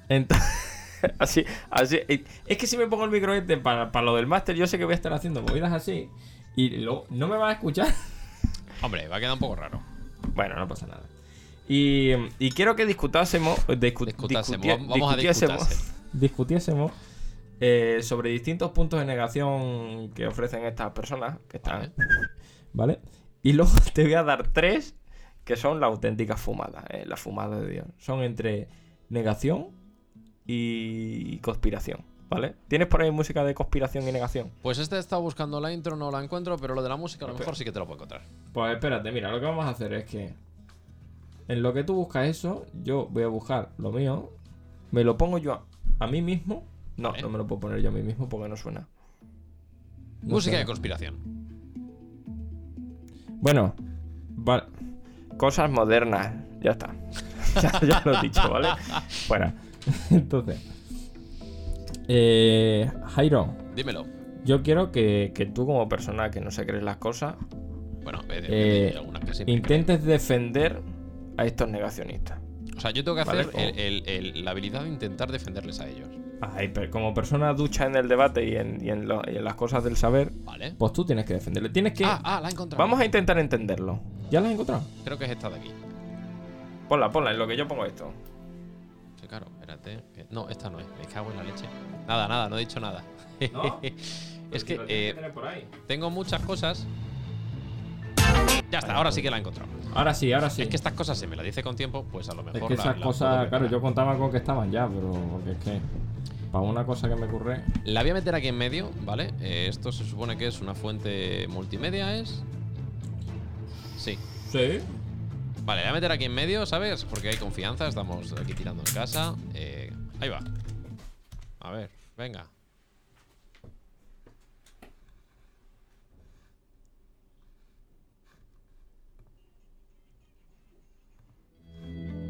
Speaker 2: Ento- así, así. y- Es que si me pongo el micro este para, para lo del máster, yo sé que voy a estar haciendo movidas así.
Speaker 4: y luego no me van a escuchar.
Speaker 1: Hombre, va a quedar un poco raro.
Speaker 2: Bueno, no pasa nada. Y, y quiero que discutásemos. discu-
Speaker 1: Discutásemos.
Speaker 2: discutie-
Speaker 1: vam- Vamos a
Speaker 2: discutiésemos
Speaker 1: discutirse.
Speaker 4: Discutiésemos.
Speaker 2: eh, sobre distintos puntos de negación que ofrecen estas personas que están
Speaker 1: Vale.
Speaker 4: ¿Vale?
Speaker 2: Y luego te voy a dar tres que son la auténtica fumada, eh, la fumada de Dios. Son entre negación y conspiración, ¿vale? ¿Tienes por ahí música de conspiración y negación?
Speaker 1: Pues este está buscando la intro, no la encuentro, pero lo de la música a lo mejor sí que te lo puedo encontrar.
Speaker 4: Pues espérate, mira, lo que vamos a hacer es que. En lo que tú buscas eso, yo voy a buscar lo mío.
Speaker 2: ¿Me lo pongo yo a...
Speaker 4: A mí mismo.
Speaker 2: No,
Speaker 1: Vale.
Speaker 2: no me lo puedo poner yo a mí mismo porque no suena.
Speaker 1: música
Speaker 4: sé.
Speaker 1: de conspiración.
Speaker 4: Bueno, vale.
Speaker 2: Cosas modernas, ya está. ya, ya lo he dicho, ¿vale? Fuera.
Speaker 4: Entonces. Eh, Jairo,
Speaker 1: Dímelo.
Speaker 2: Yo quiero que, que tú como persona que no se crees las cosas,
Speaker 1: Bueno, eh,
Speaker 2: Eh,
Speaker 1: eh, alguna que sí.
Speaker 2: intentes defender a estos negacionistas.
Speaker 1: O sea, yo tengo que
Speaker 2: Vale,
Speaker 1: hacer
Speaker 2: o-
Speaker 1: el- el- el- la habilidad de intentar defenderles a ellos.
Speaker 2: Ay, pero como persona ducha en el debate y en, y en lo- y en las cosas del saber,
Speaker 1: Vale.
Speaker 4: pues tú tienes que defenderle. Tienes que.
Speaker 1: Ah, ah, la he encontrado.
Speaker 2: Vamos a intentar entenderlo.
Speaker 4: ¿Ya lo has encontrado?
Speaker 1: Creo que es esta de aquí.
Speaker 2: Ponla, ponla, en lo que yo pongo esto.
Speaker 1: Sí, claro, espérate. que- No, esta no es. Me cago en la leche. Nada, nada, no he dicho nada.
Speaker 4: ¿No?
Speaker 1: es que eh, tengo muchas cosas. Ya está, ahora sí que la he encontrado.
Speaker 4: Ahora sí, ahora sí.
Speaker 1: Es que estas cosas, si me las dice con tiempo, pues a lo mejor.
Speaker 4: Es que
Speaker 1: la-
Speaker 4: esas
Speaker 1: la
Speaker 4: cosas,
Speaker 1: puedo
Speaker 4: claro,
Speaker 1: preparar.
Speaker 4: yo contaba con que estaban ya, pero porque es que para una cosa que me ocurre,
Speaker 1: La voy a meter aquí en medio, ¿vale? Eh, esto se supone que es una fuente multimedia, ¿es? Sí.
Speaker 4: sí,
Speaker 1: Vale, la voy a meter aquí en medio, ¿sabes? Porque hay confianza, estamos aquí tirando en casa. Eh, ahí va. A ver, venga.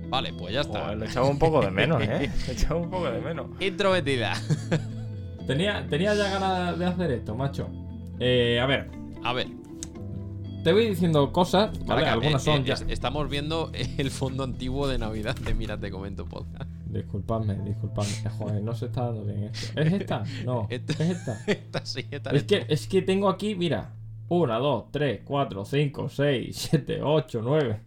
Speaker 1: Vale, pues ya está.
Speaker 2: Joder, lo echaba un poco de menos, ¿eh? Lo echaba un poco de menos.
Speaker 1: Intrometida.
Speaker 4: tenía tenía ya ganas de hacer esto, macho. Eh, a ver,
Speaker 1: A ver,
Speaker 4: te voy diciendo cosas,
Speaker 1: para
Speaker 4: vale,
Speaker 1: acá,
Speaker 4: algunas
Speaker 1: eh,
Speaker 4: son
Speaker 1: eh,
Speaker 4: ya.
Speaker 1: es- estamos viendo el fondo antiguo de Navidad de Mira, te comento podcast.
Speaker 4: Disculpadme, disculpadme. Eh, Joder, no se está dando bien esto. ¿Es esta? No, es
Speaker 1: Esta-
Speaker 4: esta.
Speaker 1: Esta sí, esta
Speaker 4: Es
Speaker 1: eres
Speaker 4: que es que tengo aquí, mira, 1 2 3 4 5 6 7 8 9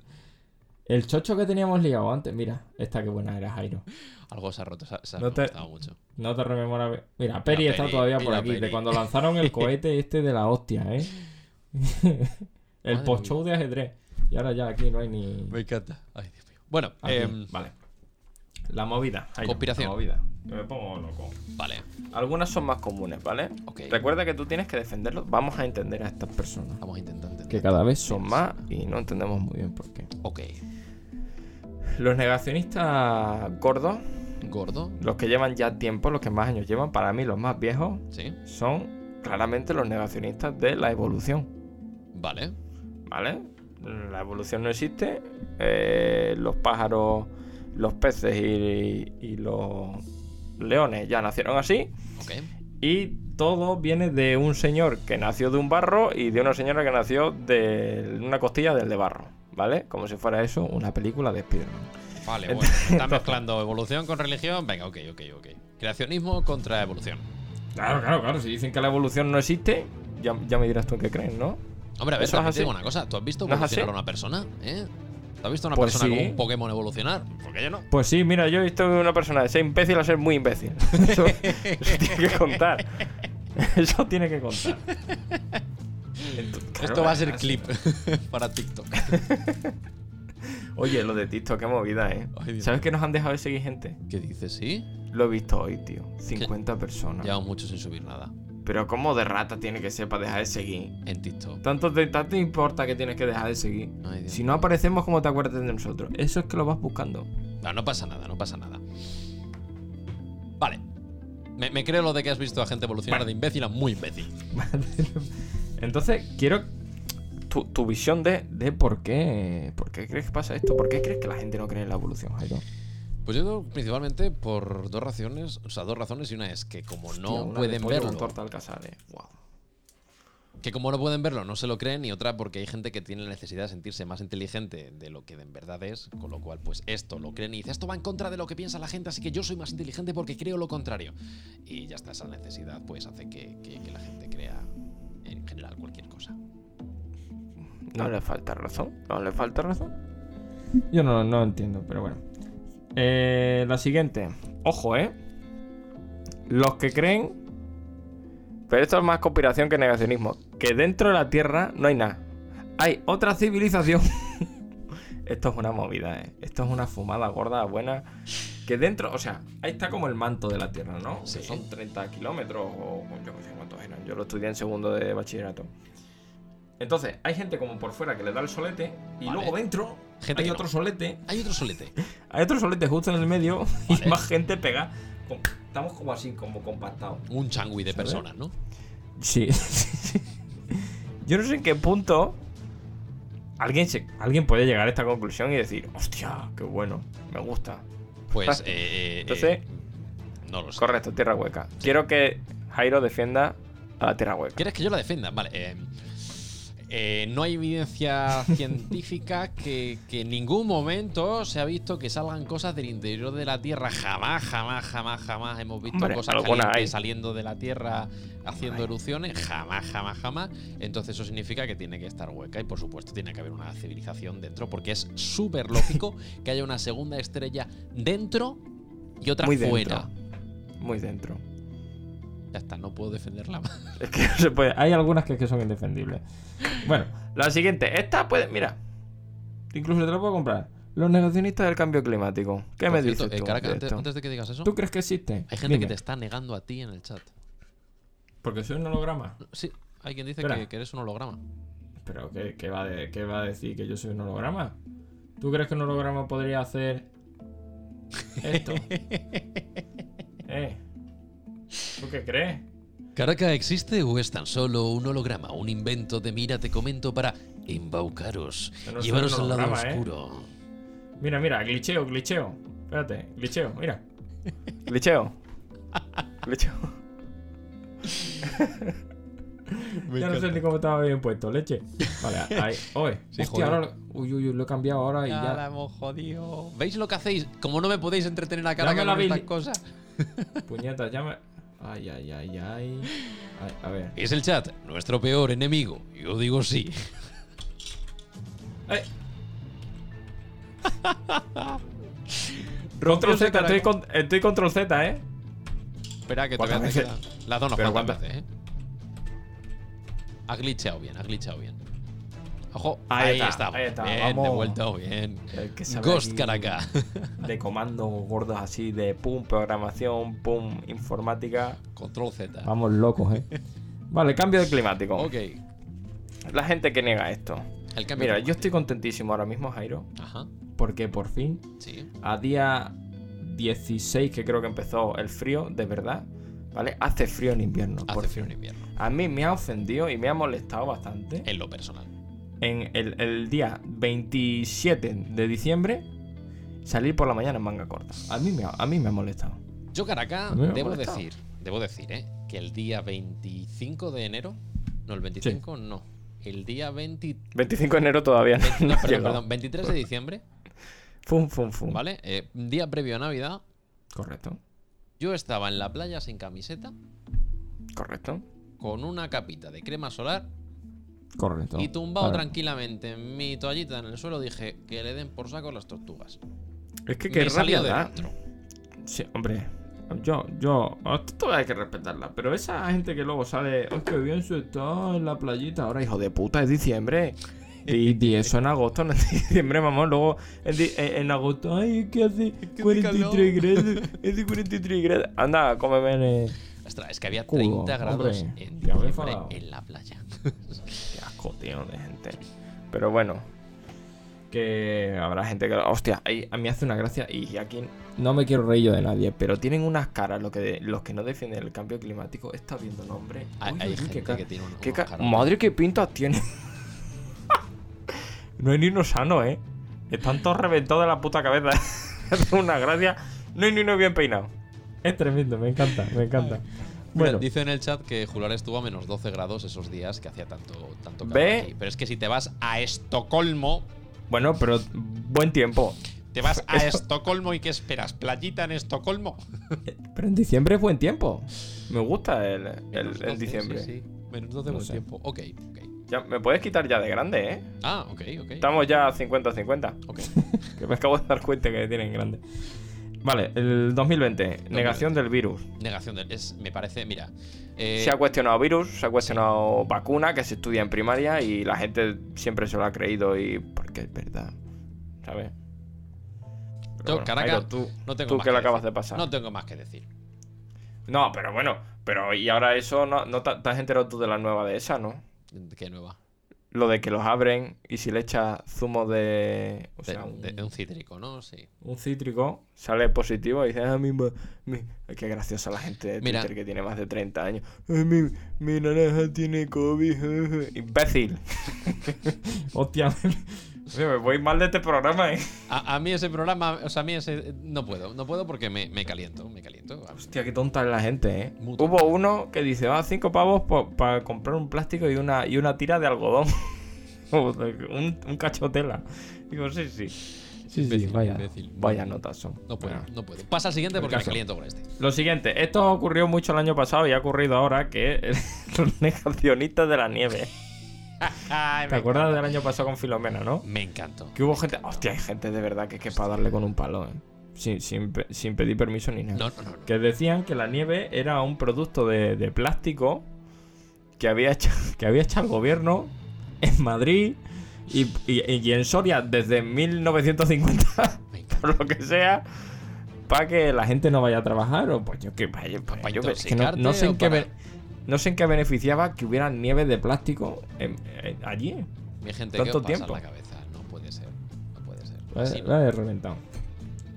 Speaker 4: el chocho que teníamos ligado antes, mira, esta que buena era Jairo.
Speaker 1: Algo se ha roto, se ha, se ha
Speaker 4: No te-
Speaker 1: gustado mucho.
Speaker 4: No te rememora. Mira, Peri está
Speaker 1: Peri,
Speaker 4: todavía por
Speaker 1: mira,
Speaker 4: aquí,
Speaker 1: Peri.
Speaker 4: de cuando lanzaron el cohete este de la hostia, ¿eh? el
Speaker 1: Madre
Speaker 4: post-show de ajedrez. Y ahora ya aquí no hay ni.
Speaker 1: Me encanta. Ay, Dios mío. Bueno,
Speaker 4: Aquí,
Speaker 1: em,
Speaker 4: Vale. La movida. Jairo,
Speaker 1: Conspiración.
Speaker 4: La movida. Que me pongo loco.
Speaker 1: vale.
Speaker 2: Algunas son más comunes, ¿vale?
Speaker 1: Ok.
Speaker 2: Recuerda que tú tienes que defenderlo. Vamos a entender a estas personas.
Speaker 1: Vamos a intentar entender.
Speaker 4: Que cada vez
Speaker 2: Son más y no entendemos muy bien por qué.
Speaker 1: Ok.
Speaker 2: Los negacionistas gordos,
Speaker 1: Gordo.
Speaker 2: los que llevan ya tiempo, los que más años llevan, para mí los más viejos,
Speaker 1: Sí.
Speaker 2: son claramente los negacionistas de la evolución.
Speaker 1: Vale.
Speaker 2: ¿vale? La evolución no existe. eh, los pájaros, los peces y, y los leones ya nacieron así.
Speaker 1: Ok.
Speaker 2: Y todo viene de un señor que nació de un barro y de una señora que nació de una costilla del de barro, ¿vale? Como si fuera eso una película de Spider-Man.
Speaker 1: Vale, bueno. Están mezclando evolución con religión. Venga, ok, ok, ok. Creacionismo contra evolución.
Speaker 4: Claro, claro, claro. Si dicen
Speaker 2: Que la evolución no existe, ya, ya me dirás tú en qué crees, ¿no?
Speaker 1: Hombre, a ver,
Speaker 2: Eso es
Speaker 1: también te
Speaker 2: así.
Speaker 1: digo una cosa. ¿Tú has visto
Speaker 2: ¿No es
Speaker 1: evolucionar a
Speaker 2: así?
Speaker 1: una persona? ¿Eh? ¿Tú has visto a una
Speaker 2: Pues
Speaker 1: persona
Speaker 2: sí.
Speaker 1: como un Pokémon evolucionar? Porque yo no.
Speaker 2: Pues sí, mira, yo he visto una persona de ser imbécil a ser muy imbécil. Eso, eso tiene que contar. Eso tiene que contar. Ento- claro,
Speaker 1: Esto va a ser
Speaker 2: así.
Speaker 1: clip para TikTok.
Speaker 2: Oye, lo de TikTok, qué movida, ¿eh?
Speaker 1: Ay, Dios
Speaker 2: ¿Sabes que nos han dejado de seguir gente?
Speaker 1: ¿Qué dices? ¿Sí?
Speaker 2: Lo he visto hoy, tío. 50 personas.
Speaker 1: Llevamos mucho sin subir nada.
Speaker 2: Pero ¿cómo de rata tiene que ser para dejar de seguir?
Speaker 1: En TikTok.
Speaker 2: Tanto te, tanto te importa que tienes que dejar de seguir.
Speaker 1: Ay, Dios.
Speaker 2: Si no aparecemos, ¿cómo te acuerdas de nosotros? Eso es que lo vas buscando.
Speaker 1: No, no pasa nada, no pasa nada. Vale. Me, me creo lo de que has visto a gente evolucionar de imbécil a muy imbécil.
Speaker 2: Entonces, quiero tu, tu visión de, de por qué. ¿Por qué crees que pasa esto? ¿Por qué crees que la gente no cree en la evolución, Jairo?
Speaker 1: Pues yo creo principalmente por dos razones, o sea, dos razones y una es que como
Speaker 2: Tío,
Speaker 1: no
Speaker 2: una de
Speaker 1: pueden
Speaker 2: pollo con
Speaker 1: verlo,
Speaker 2: torta al casal, eh. Guau.
Speaker 1: que como no pueden verlo no se lo creen y otra porque hay gente que tiene la necesidad de sentirse más inteligente de lo que en verdad es, con lo cual pues esto lo creen y dice esto va en contra de lo que piensa la gente así que yo soy más inteligente porque creo lo contrario y ya está esa necesidad pues hace que, que- que la gente crea en general cualquier cosa.
Speaker 2: No le falta razón. No le falta razón.
Speaker 4: Yo no, no entiendo, pero bueno.
Speaker 2: Eh, la siguiente. Ojo, eh. Los que creen. Pero esto es más conspiración que negacionismo. Que dentro de la Tierra no hay nada. Hay otra civilización. esto es una movida, eh. Esto es una fumada gorda, buena. Que dentro, o sea, ahí está como el manto de la Tierra, ¿no?
Speaker 1: Sí.
Speaker 2: Que son 30 kilómetros o yo no sé cuántos eran. Yo lo estudié en segundo de bachillerato. Entonces, hay gente como por fuera que le da el solete y
Speaker 1: Vale.
Speaker 2: luego dentro
Speaker 1: Gente
Speaker 2: hay
Speaker 1: que
Speaker 2: otro
Speaker 1: no.
Speaker 2: solete
Speaker 1: Hay otro solete.
Speaker 2: hay otro solete justo en el medio
Speaker 1: Vale.
Speaker 2: y más gente pega. Con- Estamos como así, como compactados.
Speaker 1: Un changui de personas, ¿no?
Speaker 2: Sí. Yo no sé en qué punto alguien, se, alguien puede llegar a esta conclusión y decir, hostia, qué bueno, me gusta.
Speaker 1: Pues eh, eh, eh,
Speaker 2: Entonces-
Speaker 1: no lo sé.
Speaker 2: Correcto, tierra hueca. Quiero que Jairo defienda a la tierra hueca.
Speaker 1: ¿Quieres que yo la defienda? Vale. eh, eh, no hay evidencia científica que, que en ningún momento se ha visto que salgan cosas del interior de la Tierra. Jamás, jamás, jamás, jamás hemos visto
Speaker 2: Hombre,
Speaker 1: cosas
Speaker 2: alguna
Speaker 1: calientes
Speaker 2: hay.
Speaker 1: saliendo de la Tierra haciendo erupciones. Jamás, jamás, jamás. Entonces eso significa que tiene que estar hueca y por supuesto tiene que haber una civilización dentro porque es súper lógico que haya una segunda estrella dentro y otra
Speaker 2: Muy
Speaker 1: fuera.
Speaker 2: dentro. Muy dentro.
Speaker 1: Ya está, no puedo defenderla más.
Speaker 2: Es que no se puede.
Speaker 4: Hay algunas que, es que son indefendibles. Bueno,
Speaker 2: La siguiente, esta puede. Mira,
Speaker 4: incluso te lo puedo comprar.
Speaker 2: los negacionistas del cambio climático. ¿Qué
Speaker 1: Por
Speaker 2: me
Speaker 1: cierto,
Speaker 2: dices
Speaker 1: eh,
Speaker 2: tú?
Speaker 1: Caraca,
Speaker 2: de
Speaker 1: antes,
Speaker 2: esto?
Speaker 1: antes de que digas eso,
Speaker 4: ¿Tú crees que existe?
Speaker 1: hay gente que
Speaker 4: Dime.
Speaker 1: te está negando a ti en el chat.
Speaker 4: Porque soy un holograma.
Speaker 1: Sí, hay quien dice
Speaker 4: Espera.
Speaker 1: que, que eres un holograma.
Speaker 4: Pero ¿qué, qué va de- qué va a decir que yo soy un holograma? ¿Tú crees que un holograma podría hacer esto? ¿Eh? ¿Tú qué crees?
Speaker 1: ¿Caraca existe o es tan solo un holograma? Un invento de mira, te comento para embaucaros,
Speaker 4: Pero no
Speaker 1: llevaros
Speaker 4: soy
Speaker 1: al
Speaker 4: un
Speaker 1: lado
Speaker 4: holograma, ¿eh?
Speaker 1: oscuro.
Speaker 4: Mira, mira, glitcheo, glitcheo. Espérate, glitcheo, mira.
Speaker 2: Glitcheo. Glitcheo.
Speaker 4: Ya no sé ni cómo estaba bien puesto, leche. Vale, ahí. Oye,
Speaker 1: Sí,
Speaker 4: hostia,
Speaker 1: joder.
Speaker 4: ahora. lo- Uy, uy, uy, lo he cambiado ahora y ya.
Speaker 1: hemos jodido. ¿Veis lo que hacéis? Como no me podéis entretener a Caraca
Speaker 4: me la
Speaker 1: con estas
Speaker 4: habéis-
Speaker 1: cosas.
Speaker 4: Puñetas, ya me. Ay, ay, ay, ay. Ay, A ver.
Speaker 1: Es el chat, nuestro peor enemigo. Yo digo sí.
Speaker 4: Eh,
Speaker 2: Control
Speaker 1: Rompioso
Speaker 2: Z, estoy, con, estoy control Z, eh.
Speaker 1: Espera, que todavía
Speaker 2: ¿Cuántas
Speaker 1: te queda.
Speaker 2: veces?
Speaker 1: Las dos
Speaker 2: Pero
Speaker 1: no cuántas
Speaker 2: ¿cuántas?
Speaker 1: veces, eh. Ha glitchado bien, ha glitchado bien. Ojo,
Speaker 2: Ahí
Speaker 1: ahí,
Speaker 2: está,
Speaker 1: estamos.
Speaker 2: ahí está,
Speaker 1: bien,
Speaker 2: vamos.
Speaker 1: devuelto, bien.
Speaker 2: Hay que saber
Speaker 1: Ghost
Speaker 2: aquí
Speaker 1: Caraca.
Speaker 2: De comandos gordos así, de pum, programación, pum, informática.
Speaker 1: Control Z.
Speaker 4: Vamos locos, eh.
Speaker 2: Vale, cambio de climático.
Speaker 1: Ok.
Speaker 2: La gente que niega esto.
Speaker 1: El cambio.
Speaker 2: Mira,
Speaker 1: de-
Speaker 2: yo estoy contentísimo ahora mismo, Jairo.
Speaker 1: Ajá.
Speaker 4: Porque por fin,
Speaker 1: Sí.
Speaker 2: A día 16, que creo que empezó el frío, de verdad. ¿Vale? Hace frío en invierno. por
Speaker 1: Hace frío en
Speaker 2: fin.
Speaker 1: invierno. Eh.
Speaker 2: A mí me ha ofendido y me ha molestado bastante.
Speaker 1: En lo personal.
Speaker 2: en el, el día 27 de diciembre salir por la mañana en manga corta. A mí me ha, a mí me ha molestado.
Speaker 1: Yo, Caraca,
Speaker 4: A mí me ha
Speaker 1: debo
Speaker 2: molestado.
Speaker 1: decir, debo decir, ¿eh? Que el día 25 de enero. No, el 25 no. El día 20.
Speaker 2: 25 de enero todavía no,
Speaker 1: No,
Speaker 2: no ha
Speaker 1: perdón,
Speaker 2: llegado.
Speaker 1: perdón. 23 de diciembre,
Speaker 2: Fum, fum, fum.
Speaker 1: ¿vale? Eh, día previo a Navidad.
Speaker 2: Correcto,
Speaker 1: Yo estaba en la playa sin camiseta,
Speaker 2: correcto.
Speaker 1: con una capita de crema solar
Speaker 4: Correcto.
Speaker 1: y tumbado
Speaker 4: Vale.
Speaker 1: tranquilamente en mi toallita en el suelo. Dije que le den por saco las tortugas.
Speaker 2: Es que
Speaker 1: Me
Speaker 2: qué
Speaker 1: he salido
Speaker 2: rabia
Speaker 1: de
Speaker 2: da.
Speaker 1: dentro.
Speaker 2: Sí, hombre. Yo, yo, oh, esto todavía hay que respetarla. Pero esa gente que luego sale, ¡ay, qué bien se está en la playita! Ahora, hijo de puta, es diciembre. Y, di eso en agosto, no en diciembre, mamón. Luego, en, di- en- en agosto, ¡ay, es que hace
Speaker 1: que hace
Speaker 2: 43
Speaker 1: calor.
Speaker 2: grados! Es de 43 grados. Anda, cómeme en el-
Speaker 1: Ostras, es que había
Speaker 4: Culo,
Speaker 1: 30 grados
Speaker 4: hombre,
Speaker 1: en
Speaker 4: te habré
Speaker 1: diciembre
Speaker 4: enfadado.
Speaker 1: en la playa.
Speaker 2: Qué asco, tío, de gente. Pero bueno. Que habrá gente que. Hostia, ahí, a mí hace una gracia. Y aquí no me quiero reír yo de nadie. Pero tienen unas caras los que, de- los que no defienden el cambio climático. Está viendo nombre.
Speaker 1: Hay,
Speaker 4: Uy,
Speaker 1: hay
Speaker 4: uy, uy, qué
Speaker 1: gente
Speaker 4: ca-
Speaker 1: que tiene un.
Speaker 2: ¿Qué
Speaker 1: unos
Speaker 2: ca-
Speaker 1: jarabes.
Speaker 2: Madre, qué pintas tiene. no hay ni uno sano, ¿eh? Están todos reventados de la puta cabeza. Es una gracia. No hay ni uno bien peinado.
Speaker 4: Es tremendo, me encanta, me encanta.
Speaker 1: Mira,
Speaker 4: Bueno,
Speaker 1: Dice en el chat que Jular estuvo a menos 12 grados esos días que hacía tanto, tanto calor.
Speaker 2: Ve.
Speaker 1: aquí. Pero es que si te vas a Estocolmo,
Speaker 2: Bueno, pero buen tiempo.
Speaker 1: te vas a Estocolmo y ¿qué esperas? ¿Playita en Estocolmo?
Speaker 2: Pero en diciembre es buen tiempo. Me gusta el, el- el
Speaker 1: Menos 12,
Speaker 2: diciembre.
Speaker 1: Sí, sí. Menos 12
Speaker 2: No
Speaker 1: buen
Speaker 2: sé.
Speaker 1: tiempo. Ok, ok.
Speaker 2: Ya, me puedes quitar ya de grande, ¿eh?
Speaker 1: Ah, ok, ok.
Speaker 2: Estamos ya a 50-50.
Speaker 1: Ok.
Speaker 2: Que me acabo de dar cuenta que tienen grande. Vale, el 2020. Negación del virus.
Speaker 1: Negación del. Es, me parece, mira. eh,
Speaker 2: Se ha cuestionado virus, se ha cuestionado vacuna que se estudia en primaria y la gente siempre se lo ha creído y porque es verdad, ¿sabes? Pero
Speaker 1: Yo, Caracas,
Speaker 2: Jairo, tú,
Speaker 1: no tengo
Speaker 2: tú
Speaker 1: más
Speaker 2: que lo
Speaker 1: decir.
Speaker 2: acabas de pasar.
Speaker 1: No
Speaker 2: No,
Speaker 1: tengo más que decir.
Speaker 2: pero bueno, pero y ahora eso no, no te, te has enterado tú de la nueva de esa, ¿no?
Speaker 1: Qué nueva.
Speaker 2: Lo de que los abren y si le echas zumo de, o
Speaker 1: De,
Speaker 2: sea, un,
Speaker 1: de- de un cítrico, ¿no? Sí.
Speaker 2: un cítrico sale positivo y dices, ah, mi, ma- mi- Ay, qué graciosa la gente de
Speaker 1: Mira.
Speaker 2: Twitter que tiene más de 30 años. Ay, mi, mi naranja tiene COVID. jeje". Imbécil.
Speaker 4: hostia,
Speaker 2: Sí, me voy mal de este programa, eh.
Speaker 1: A, a mí ese programa, o sea, a mí ese. No puedo, no puedo porque me, me caliento, me caliento.
Speaker 2: Hostia, qué tonta es la gente, eh.
Speaker 1: Muy
Speaker 2: Hubo uno que dice, va, cinco pavos po- para comprar un plástico y una, y una tira de algodón. un, un cachotela. Digo, sí, sí.
Speaker 4: sí, sí,
Speaker 1: Imbécil,
Speaker 4: vaya.
Speaker 1: imbécil.
Speaker 2: Vaya notas son.
Speaker 1: No puedo,
Speaker 2: Bueno.
Speaker 1: no puedo. Pasa al siguiente porque me
Speaker 2: Ah. caso.
Speaker 1: caliento con este.
Speaker 2: Lo siguiente, esto ocurrió mucho el año pasado y ha ocurrido ahora, que es los negacionistas de la nieve. ¿Te acuerdas del año pasado con Filomena, no?
Speaker 1: Me encantó.
Speaker 2: Que hubo gente... Hostia, hay gente de verdad que es que es para darle con un palo, eh. Sin, sin, pe- sin pedir permiso ni nada.
Speaker 1: No, no, no. no.
Speaker 2: que decían que la nieve era un producto de, de plástico que había hecho, que había hecho el gobierno en Madrid y, y- y en Soria desde 1950,
Speaker 1: Me encanta.
Speaker 2: por lo que sea, para que la gente no vaya a trabajar o pues yo que vaya, pues
Speaker 1: Pa'
Speaker 2: yo que- es que no,
Speaker 1: intoxicarte
Speaker 2: no sé
Speaker 1: o
Speaker 2: en qué
Speaker 1: para-
Speaker 2: ben- no sé en qué beneficiaba que hubiera nieve de plástico en- en- allí.
Speaker 1: Mi gente, ¿qué
Speaker 2: Tanto
Speaker 1: os pasa en
Speaker 2: tiempo. Eh,
Speaker 1: la cabeza? No puede ser. No puede ser.
Speaker 4: La,
Speaker 1: Así no.
Speaker 4: la he reventado.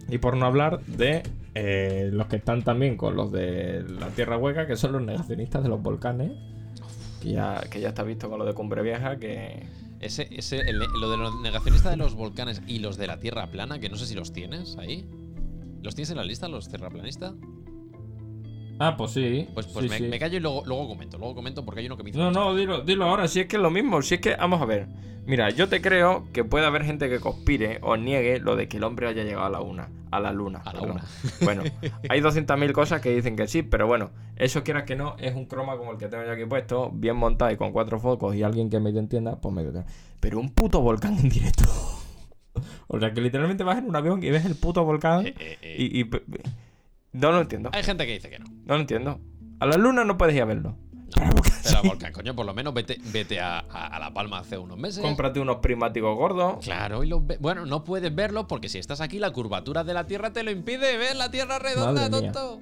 Speaker 4: Y por no hablar de eh, los que están también con los de la Tierra Hueca, que son los negacionistas de los volcanes.
Speaker 2: Que ya, que ya está visto con lo de Cumbre Vieja que...
Speaker 1: Ese, ese, el- lo de los negacionistas de los volcanes y los de la Tierra plana, que no sé si los tienes ahí. ¿Los tienes en la lista, los terraplanistas?
Speaker 4: Ah, pues sí.
Speaker 1: Pues, pues
Speaker 4: sí,
Speaker 1: me,
Speaker 4: sí.
Speaker 1: me callo y luego, luego comento. Luego comento porque hay uno que me hizo.
Speaker 2: No, no, dilo, dilo ahora, si es que es lo mismo, si es que, vamos a ver. Mira, yo te creo que puede haber gente que conspire o niegue lo de que el hombre haya llegado a la una, a la luna.
Speaker 1: A la
Speaker 2: perdón.
Speaker 1: una.
Speaker 2: Bueno, hay 200.000 cosas que dicen que sí, pero bueno, eso quieras que no, es un croma como el que tengo yo aquí puesto, bien montado y con cuatro focos y alguien que me entienda, pues medio tal. Pero un puto volcán en directo. o sea, que literalmente vas en un avión y ves el puto volcán
Speaker 1: Eh, eh, eh.
Speaker 2: y... y- no lo entiendo,
Speaker 1: Hay gente que dice que no.
Speaker 2: no lo entiendo. A la luna no puedes ir a verlo.
Speaker 1: Pero al volcán, coño, por lo menos vete, vete a, a- a La Palma hace unos meses.
Speaker 2: Cómprate unos prismáticos gordos.
Speaker 1: Claro, y los ve- bueno, no puedes verlo porque si estás aquí la curvatura de la Tierra te lo impide ver la Tierra redonda,
Speaker 4: Madre mía.
Speaker 1: tonto.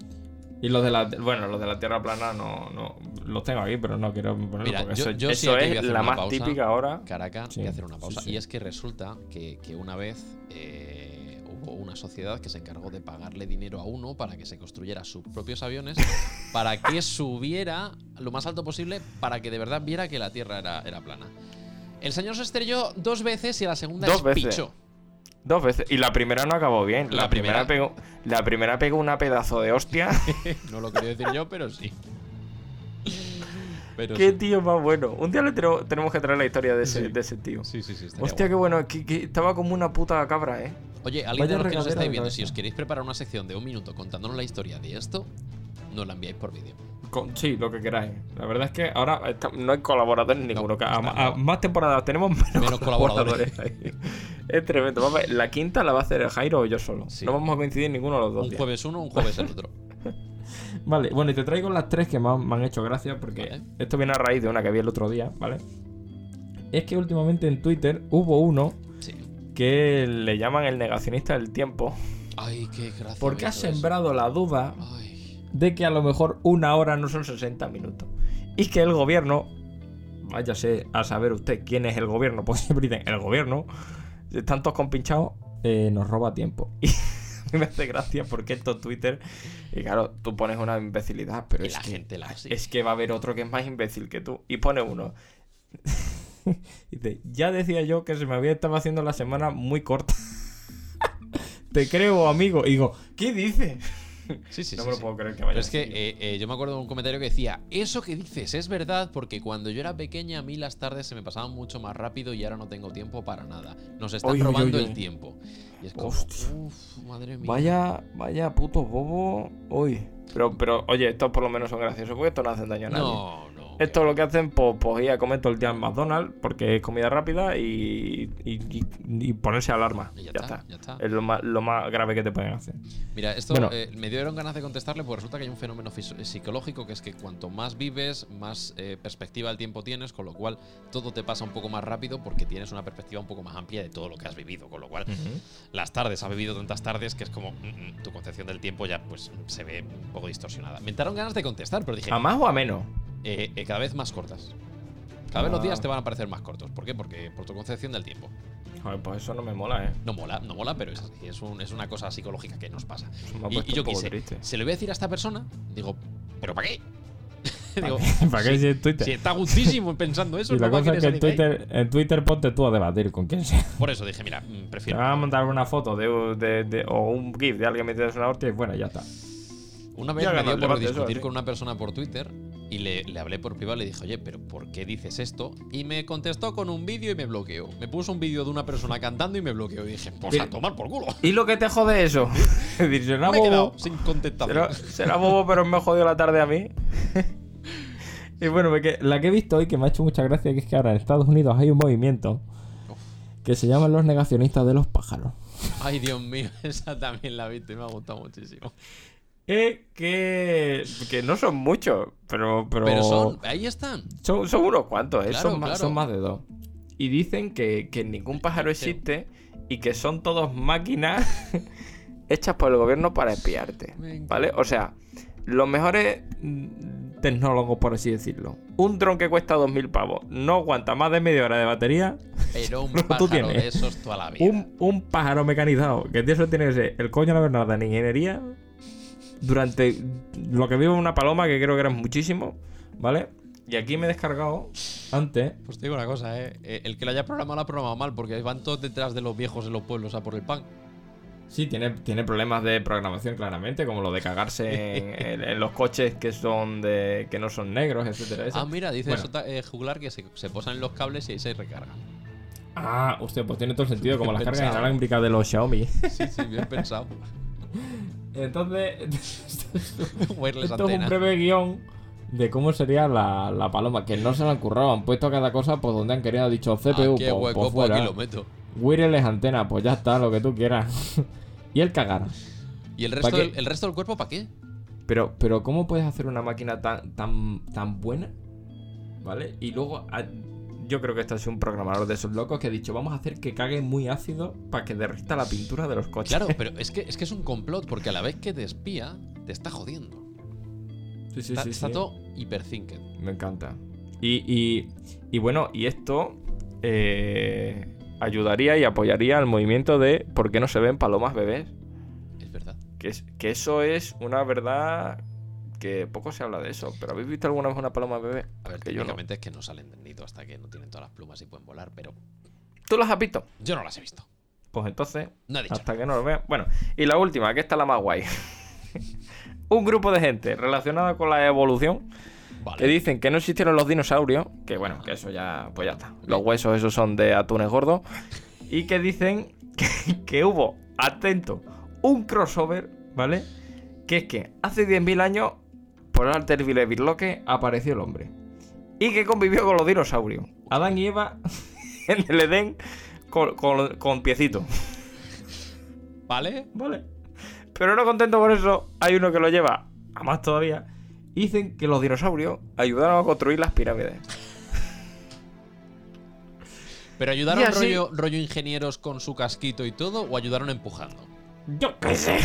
Speaker 2: Y los de la, bueno, los de la Tierra plana no, no los tengo aquí, pero no quiero ponerlos
Speaker 1: Mira,
Speaker 2: porque
Speaker 1: yo-
Speaker 2: eso,
Speaker 1: yo sí
Speaker 2: eso
Speaker 1: aquí voy a
Speaker 2: es
Speaker 1: hacer
Speaker 2: la
Speaker 1: una
Speaker 2: más
Speaker 1: pausa.
Speaker 2: típica ahora.
Speaker 1: Caraca,
Speaker 4: Sí,
Speaker 1: voy a hacer una pausa.
Speaker 4: sí, sí.
Speaker 1: Y es que resulta que, que una vez eh, hubo una sociedad que se encargó de pagarle dinero a uno para que se construyera sus propios aviones para que subiera lo más alto posible para que de verdad viera que la Tierra era, era plana. El señor se estrelló dos veces y a la segunda
Speaker 2: Dos
Speaker 1: es
Speaker 2: veces.
Speaker 1: pichó.
Speaker 2: Dos veces. Y la primera no acabó bien. La,
Speaker 1: La
Speaker 2: primera,
Speaker 1: primera-
Speaker 2: pegó, la primera pegó una pedazo de hostia.
Speaker 1: No lo quería decir yo, pero sí. Pero
Speaker 2: qué
Speaker 1: sí.
Speaker 2: tío más bueno. Un día le tenemos- tenemos que traer la historia de ese,
Speaker 1: Sí.
Speaker 2: de ese tío.
Speaker 1: Sí, sí, sí. estaría
Speaker 2: hostia,
Speaker 1: guay.
Speaker 2: qué bueno. que- que estaba como una puta cabra, eh.
Speaker 1: Oye, alguien de
Speaker 4: Vaya
Speaker 1: los que nos
Speaker 4: regadera
Speaker 1: estáis
Speaker 4: de
Speaker 1: viendo,
Speaker 4: cabeza.
Speaker 1: si os queréis preparar una sección de un minuto contándonos la historia de esto, nos la enviáis por vídeo.
Speaker 2: Con- sí, lo que queráis. La verdad es que ahora está- no hay colaboradores ninguno.
Speaker 1: No,
Speaker 2: A-
Speaker 1: está,
Speaker 2: a-
Speaker 1: no.
Speaker 2: más temporadas tenemos menos,
Speaker 1: Menos colaboradores.
Speaker 2: colaboradores. es tremendo. Vamos a ver, la quinta la va a hacer Jairo o yo solo.
Speaker 1: Sí.
Speaker 2: No vamos a coincidir ninguno de los dos.
Speaker 1: Un
Speaker 2: días.
Speaker 1: jueves uno, un jueves el otro.
Speaker 4: Vale, bueno, y te traigo las tres que más me han hecho gracia porque
Speaker 1: Vale.
Speaker 2: Esto viene a raíz de una que vi el otro día, ¿vale?
Speaker 4: es que últimamente en Twitter hubo uno
Speaker 1: Sí.
Speaker 2: Que le llaman el negacionista del tiempo.
Speaker 1: Ay, qué gracia.
Speaker 4: porque
Speaker 1: me
Speaker 4: ha
Speaker 1: hizo eso.
Speaker 4: sembrado la duda
Speaker 1: Ay.
Speaker 4: de que a lo mejor una hora no son 60 minutos. Y que el gobierno, váyase a saber usted quién es el gobierno, pues siempre dicen, el gobierno, de tantos compinchados, eh, nos roba tiempo. Y a mí me hace gracia porque esto es Twitter, y claro, tú pones una imbecilidad, pero
Speaker 1: Y
Speaker 4: es
Speaker 1: la
Speaker 4: que-
Speaker 1: gente la sigue.
Speaker 4: es que va a haber otro que es más imbécil que tú. Y pone uno. Dice, ya decía yo que se me había estado haciendo la semana muy corta. Te creo, amigo. Y digo, ¿qué dices?
Speaker 1: Sí, sí,
Speaker 4: no
Speaker 1: sí,
Speaker 4: me lo
Speaker 1: sí.
Speaker 4: puedo creer que
Speaker 1: Pero
Speaker 4: vaya.
Speaker 1: es que
Speaker 4: así.
Speaker 1: eh, eh, yo me acuerdo de un comentario que decía, eso que dices es verdad porque cuando yo era pequeña a mí las tardes se me pasaban mucho más rápido y ahora no tengo tiempo para nada. Nos están
Speaker 4: Oy, oy,
Speaker 1: robando
Speaker 4: oy,
Speaker 1: el
Speaker 4: oy.
Speaker 1: tiempo. Y es como,
Speaker 4: Hostia.
Speaker 1: uff, madre mía.
Speaker 4: Vaya, vaya puto bobo. Uy.
Speaker 2: Pero, pero, oye, estos por lo menos son graciosos porque estos no hacen daño a nadie.
Speaker 1: No, no.
Speaker 2: Esto lo que hacen, pues, pues ir a comer todo el día en McDonald's porque es comida rápida y, y- y- y ponerse alarma.
Speaker 1: Y ya
Speaker 2: Ya,
Speaker 1: está,
Speaker 2: está.
Speaker 1: ya está.
Speaker 2: Es lo más, lo más grave que te pueden hacer.
Speaker 1: Mira, esto
Speaker 2: Bueno.
Speaker 1: eh, me dieron ganas de contestarle porque resulta que hay un fenómeno fis- eh, psicológico que es que cuanto más vives, más eh, perspectiva del tiempo tienes, con lo cual todo te pasa un poco más rápido porque tienes una perspectiva un poco más amplia de todo lo que has vivido, con lo cual las tardes, has vivido tantas tardes que es como mm, mm, tu concepción del tiempo ya pues se ve un poco distorsionada. Me entraron ganas de contestar, pero dije,
Speaker 2: ¿A más o a menos?
Speaker 1: eh, eh, cada vez más cortas. Cada vez los
Speaker 2: Ah.
Speaker 1: días te van a parecer más cortos. ¿Por qué? Porque por tu concepción del tiempo.
Speaker 2: Joder, pues eso no me mola, ¿eh?
Speaker 1: No mola, no mola, pero es así. Es, un- es una cosa psicológica que nos pasa.
Speaker 2: me ha
Speaker 1: Y,
Speaker 2: puesto
Speaker 1: y yo
Speaker 2: un poco
Speaker 1: quise,
Speaker 2: triste.
Speaker 1: se lo voy a decir a esta persona, digo, ¿pero para qué? digo,
Speaker 4: ¿Para qué
Speaker 1: si-
Speaker 4: dices Twitter?
Speaker 1: Si está gustísimo pensando eso,
Speaker 4: y la
Speaker 1: no va a
Speaker 4: cosa es que
Speaker 1: querer
Speaker 4: en
Speaker 1: salir de ahí.
Speaker 4: Twitter, en Twitter ponte tú a debatir con quien sea.
Speaker 1: Por eso dije, mira, mm,
Speaker 4: Te
Speaker 1: prefiero.
Speaker 4: van a mandar una foto de,
Speaker 2: de- de- o un GIF de alguien metido en una hostia y bueno,
Speaker 4: Bueno, ya está.
Speaker 1: Una vez
Speaker 2: Ya
Speaker 1: me
Speaker 2: ganó
Speaker 1: dio
Speaker 2: el
Speaker 1: por
Speaker 2: debate, eso,
Speaker 1: discutir
Speaker 2: sí.
Speaker 1: con una persona por Twitter y le, le hablé por privado y le dije, oye, pero ¿por qué dices esto? Y me contestó con un vídeo y me bloqueó. Me puso un vídeo de una persona cantando y me bloqueó. Y dije, pues a
Speaker 2: Pero-
Speaker 1: tomar por culo.
Speaker 2: ¿Y lo que te jode eso?
Speaker 4: Es decir, será
Speaker 1: Me he
Speaker 4: bobo,
Speaker 1: quedado sin contestación.
Speaker 2: ¿Será, será bobo, pero me jodió la tarde a mí.
Speaker 4: Y bueno, porque la que he visto hoy que me ha hecho mucha gracia que es que ahora en Estados Unidos hay un movimiento que se llama los negacionistas de los pájaros.
Speaker 1: Ay, Dios mío, esa también la viste, me ha gustado muchísimo.
Speaker 2: Es que. Que no son muchos, pero. Pero,
Speaker 1: Pero son, ahí están.
Speaker 2: son. son unos cuantos, ¿eh?
Speaker 1: Claro,
Speaker 2: son, más,
Speaker 1: claro.
Speaker 2: son más de dos. Y dicen que, que ningún pájaro existe y que son todos máquinas hechas por el gobierno para espiarte.
Speaker 1: Me encanta.
Speaker 2: ¿Vale? O sea, los mejores mm, tecnólogos, por así decirlo. Un dron que cuesta 2.000 pavos no aguanta más de media hora de batería.
Speaker 1: Pero un
Speaker 4: Pero tú
Speaker 1: pájaro
Speaker 4: tienes
Speaker 1: de esos toda la vida.
Speaker 4: Un, un pájaro mecanizado, que de eso tiene que ser el coño de la Bernarda en ingeniería,
Speaker 2: durante lo que vivo una paloma, que creo que eran muchísimos, ¿vale?
Speaker 4: y aquí me he descargado antes.
Speaker 1: Pues te digo una cosa, ¿eh? Eh, El que lo haya programado, lo ha programado mal, porque van todos detrás de los viejos en los pueblos a por el pan.
Speaker 4: Sí, tiene, tiene problemas de programación claramente, como lo de cagarse
Speaker 2: En, en- en los coches que son de. que no son negros, etcétera. eso.
Speaker 1: Ah, mira, dice
Speaker 4: Bueno.
Speaker 1: Sota- eh, juglar que se, se posan en los cables y ahí se recargan.
Speaker 4: Ah, hostia, pues tiene todo el sentido, como las cargas
Speaker 1: Pensado.
Speaker 4: inalámbricas de los Xiaomi.
Speaker 1: Sí, sí, bien pensado.
Speaker 4: Entonces, esto es
Speaker 1: Wireless Ah,
Speaker 4: Esto es un
Speaker 1: antena.
Speaker 4: breve guión de cómo sería la, la paloma, que no se la han currado, han puesto cada cosa por donde han querido, han dicho CPU,
Speaker 1: Aquí hay
Speaker 4: por,
Speaker 1: hueco, pues aquí
Speaker 4: fuera,
Speaker 1: lo meto.
Speaker 4: wireless antena, pues ya está, lo que tú quieras. y el cagar.
Speaker 1: ¿Y el resto,
Speaker 4: qué?
Speaker 1: del, el resto del cuerpo para qué?
Speaker 4: Pero, pero ¿cómo puedes hacer una máquina tan, tan, tan buena? ¿Vale? Y luego ah, yo creo que esto es un programador de esos locos que ha dicho, vamos a hacer que cague muy ácido para que derrita la pintura de los coches.
Speaker 1: Claro, pero es que, es que es un complot, porque a la vez que te espía, te está jodiendo.
Speaker 4: Sí, sí,
Speaker 1: Está,
Speaker 4: sí,
Speaker 1: está
Speaker 4: sí.
Speaker 1: todo hiperthinking.
Speaker 4: Me encanta.
Speaker 2: Y, y- y bueno, y esto eh, ayudaría y apoyaría al movimiento de ¿por qué no se ven palomas bebés?
Speaker 1: Es verdad.
Speaker 2: Que, es- que eso es una verdad que poco se habla de eso. ¿Pero habéis visto alguna vez una paloma bebé?
Speaker 1: A ver,
Speaker 2: Que yo no.
Speaker 1: técnicamente es que no salen del nido hasta que no tienen todas las plumas y pueden volar, pero
Speaker 2: ¿Tú las has visto?
Speaker 1: yo no las he visto.
Speaker 2: Pues entonces
Speaker 1: No he dicho.
Speaker 2: Hasta que no lo vean. Bueno, y la última, que esta es la más guay. Un grupo de gente relacionada con la evolución
Speaker 1: Vale.
Speaker 2: que dicen que no existieron los dinosaurios, que bueno, que eso ya, pues ya está. Los huesos esos son de atunes gordos. Y que dicen que, que hubo, atento, un crossover, ¿vale? Que es que hace 10.000 años, por arte del Birloque,
Speaker 4: Apareció el hombre.
Speaker 2: y que convivió con los dinosaurios.
Speaker 4: Adán y Eva
Speaker 2: En el Edén con, con, con piecitos.
Speaker 1: ¿Vale?
Speaker 2: Vale. Pero no contento con eso, hay uno que lo lleva a más todavía. Y Dicen que los dinosaurios ayudaron a construir las pirámides.
Speaker 1: ¿Pero ayudaron
Speaker 2: Y así-
Speaker 1: rollo, rollo ingenieros con su casquito y todo o ayudaron empujando?
Speaker 2: Yo qué sé.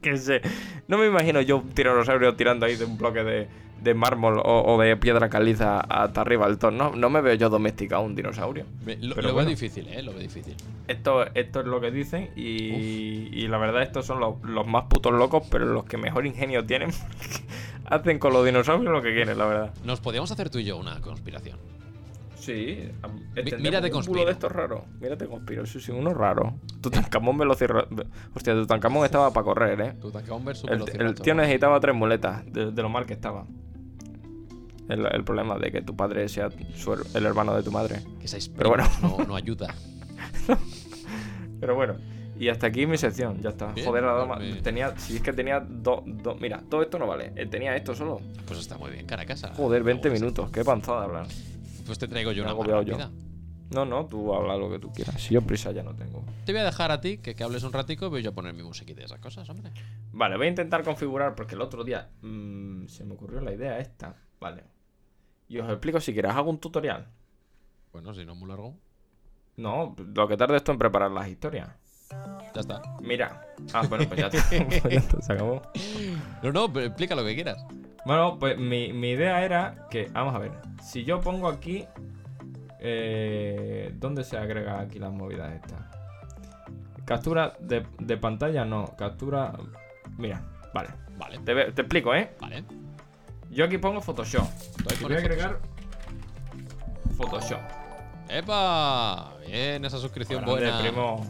Speaker 2: que sé. No me imagino yo un tiranosaurio tirando ahí de un bloque de, de mármol o, o de piedra caliza hasta arriba del todo. No, no me veo yo domesticado un dinosaurio.
Speaker 1: Ve- Lo,
Speaker 2: Pero
Speaker 1: lo
Speaker 2: bueno.
Speaker 1: veo difícil, ¿eh? Lo veo difícil.
Speaker 2: Esto, esto es lo que dicen y, y la verdad estos son los, los más putos locos, pero los que mejor ingenio tienen. Hacen con los dinosaurios lo que quieren, la verdad.
Speaker 1: Nos podíamos hacer tú y yo una conspiración.
Speaker 2: Sí,
Speaker 1: mírate
Speaker 2: un
Speaker 1: Conspiro.
Speaker 2: bulo de estos raros. Mírate conspiro, sí, sí, uno raro. Tutankamón velocirra... Hostia, Tutankamón estaba para correr, eh.
Speaker 1: Tutankamón versus
Speaker 2: El, el
Speaker 1: Velociraptor.
Speaker 2: tío necesitaba tres muletas, de, de lo mal que estaba. El, el problema de que tu padre sea su her- el hermano de tu madre.
Speaker 1: Que seis
Speaker 2: Pero bueno.
Speaker 1: primos no, no ayuda.
Speaker 2: Pero bueno, y hasta aquí mi sección, ya está.
Speaker 1: Bien,
Speaker 2: Joder, la
Speaker 1: pues
Speaker 2: doma.
Speaker 1: me-
Speaker 2: Tenía, si es que tenía dos. mira, todo esto no vale. Eh, Tenía esto solo.
Speaker 1: Pues está muy bien, cara a casa.
Speaker 2: Joder, 20
Speaker 1: Vamos,
Speaker 2: minutos, qué panzada hablar.
Speaker 1: Pues te traigo yo
Speaker 2: Me he
Speaker 1: una más
Speaker 2: agobiado yo.
Speaker 1: rápida.
Speaker 2: No, no, tú habla lo que tú quieras. Si yo prisa ya no tengo.
Speaker 1: Te voy a dejar a ti que, que hables un ratico y voy yo a poner mi musiquita y esas cosas, hombre.
Speaker 2: Vale, voy a intentar configurar porque el otro día mm, se me ocurrió la idea esta. Vale. Y os explico si quieres, hago un tutorial.
Speaker 1: Bueno, si no es muy largo.
Speaker 2: No, lo que tarde esto en preparar las historias.
Speaker 1: Ya está.
Speaker 2: Mira. Ah, bueno, pues ya está. Pues ya está, se acabó.
Speaker 1: No, no, pero explica lo que quieras.
Speaker 4: Bueno, pues mi, mi idea era que, vamos a ver, si yo pongo aquí, eh, ¿dónde se agrega aquí las movidas estas? Captura de, de pantalla, no, captura... Mira, vale.
Speaker 1: Vale,
Speaker 2: Te, ve- te explico, ¿eh?
Speaker 1: vale.
Speaker 4: Yo aquí pongo Photoshop.
Speaker 1: Entonces
Speaker 4: Y voy a
Speaker 1: pones
Speaker 4: agregar Photoshop.
Speaker 1: fotos. ¡Epa! Bien, esa suscripción
Speaker 2: Grande,
Speaker 1: buena.
Speaker 2: primo.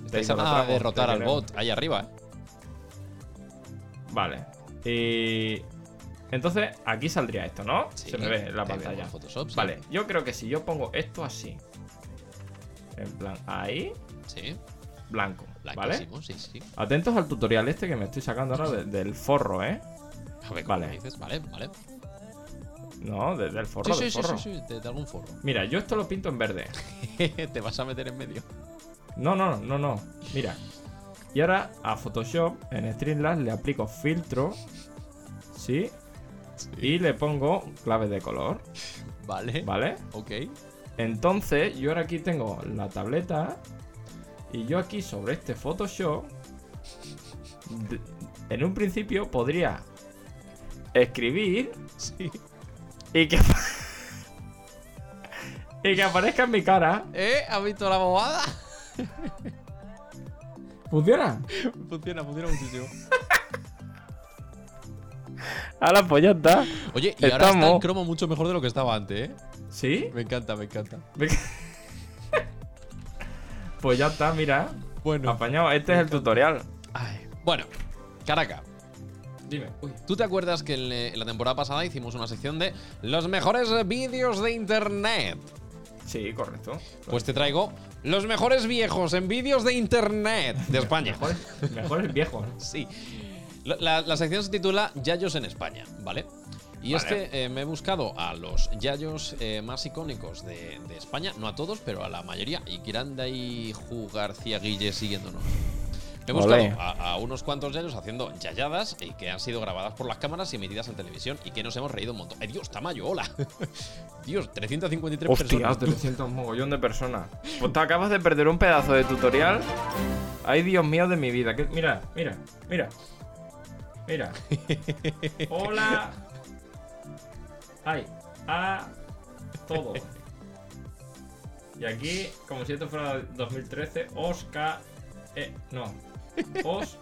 Speaker 2: Te
Speaker 1: Estáis
Speaker 2: digo,
Speaker 1: a
Speaker 2: lo
Speaker 1: nada de
Speaker 2: trago,
Speaker 1: derrotar
Speaker 2: te
Speaker 1: al
Speaker 2: queremos.
Speaker 1: bot ahí arriba. ¿eh?
Speaker 4: Vale. Y... Entonces, aquí saldría esto, ¿no?
Speaker 1: Sí,
Speaker 4: se me ve
Speaker 1: te
Speaker 4: en la
Speaker 1: vemos
Speaker 4: pantalla.
Speaker 1: en Photoshop, sí.
Speaker 4: Vale, yo creo que si yo pongo esto así, en plan ahí,
Speaker 1: Sí,
Speaker 4: blanco, ¿vale?
Speaker 1: blanquísimo, sí, sí.
Speaker 4: Atentos al tutorial este que me estoy sacando ahora de- del forro, ¿eh?
Speaker 1: A ver cómo
Speaker 4: Vale.
Speaker 1: me dices, vale, vale.
Speaker 4: No, de- del forro,
Speaker 1: Sí,
Speaker 4: del
Speaker 1: sí, sí,
Speaker 4: forro.
Speaker 1: sí, sí, de, de algún foro.
Speaker 4: Mira, yo esto lo pinto en verde.
Speaker 1: Te vas a meter en medio.
Speaker 4: No, no, no, no, no. Mira. Y ahora a Photoshop, en Streamlabs, le aplico filtro, ¿sí? Y le pongo clave de color,
Speaker 1: Vale,
Speaker 4: ¿vale?
Speaker 1: ok.
Speaker 4: Entonces, yo ahora aquí tengo la tableta y yo aquí sobre este Photoshop, de- en un principio podría escribir
Speaker 1: Sí.
Speaker 4: y que, y que aparezca en mi cara.
Speaker 1: ¿Eh? ¿Has visto la bobada?
Speaker 4: ¿Funciona?
Speaker 1: funciona, funciona muchísimo.
Speaker 2: Ahora pues ya está.
Speaker 1: Oye, y ahora está en
Speaker 2: Estamos.
Speaker 1: cromo mucho mejor de lo que estaba antes, ¿eh?
Speaker 4: ¿Sí?
Speaker 1: Me encanta, me encanta.
Speaker 4: Pues ya está, mira.
Speaker 1: Bueno.
Speaker 4: Apañado, este
Speaker 2: Este es el tutorial.
Speaker 1: Ay, Bueno, Caraca,
Speaker 4: Dime. Uy.
Speaker 1: ¿tú te acuerdas que en, eh, la temporada pasada hicimos una sección de los mejores vídeos de internet?
Speaker 4: Sí, correcto.
Speaker 1: Pues te traigo los mejores viejos en vídeos de internet de España.
Speaker 4: Mejores, mejores viejos.
Speaker 1: Sí. La, la- la sección se titula Yayos en España, ¿vale? Y es
Speaker 2: Vale.
Speaker 1: que eh, me he buscado a los yayos eh, más icónicos de, de España, no a todos, pero a la mayoría, y que irán de ahí jugar García Guille siguiéndonos. He buscado
Speaker 2: Ole.
Speaker 1: a, a unos cuantos yayos haciendo yayadas y que han sido grabadas por las cámaras y emitidas en televisión y que nos hemos reído un montón. ¡Ay, Dios, Tamayo, hola! Dios, 353
Speaker 2: Hostia,
Speaker 1: personas.
Speaker 2: te siento un mogollón de personas. Pues te acabas de perder un pedazo de tutorial. Ay, Dios mío de mi vida. que-
Speaker 4: Mira, mira, mira. Mira. Hola. Ay, a todo. Y aquí, como si esto fuera 2013, Oscar. Eh, no. Os.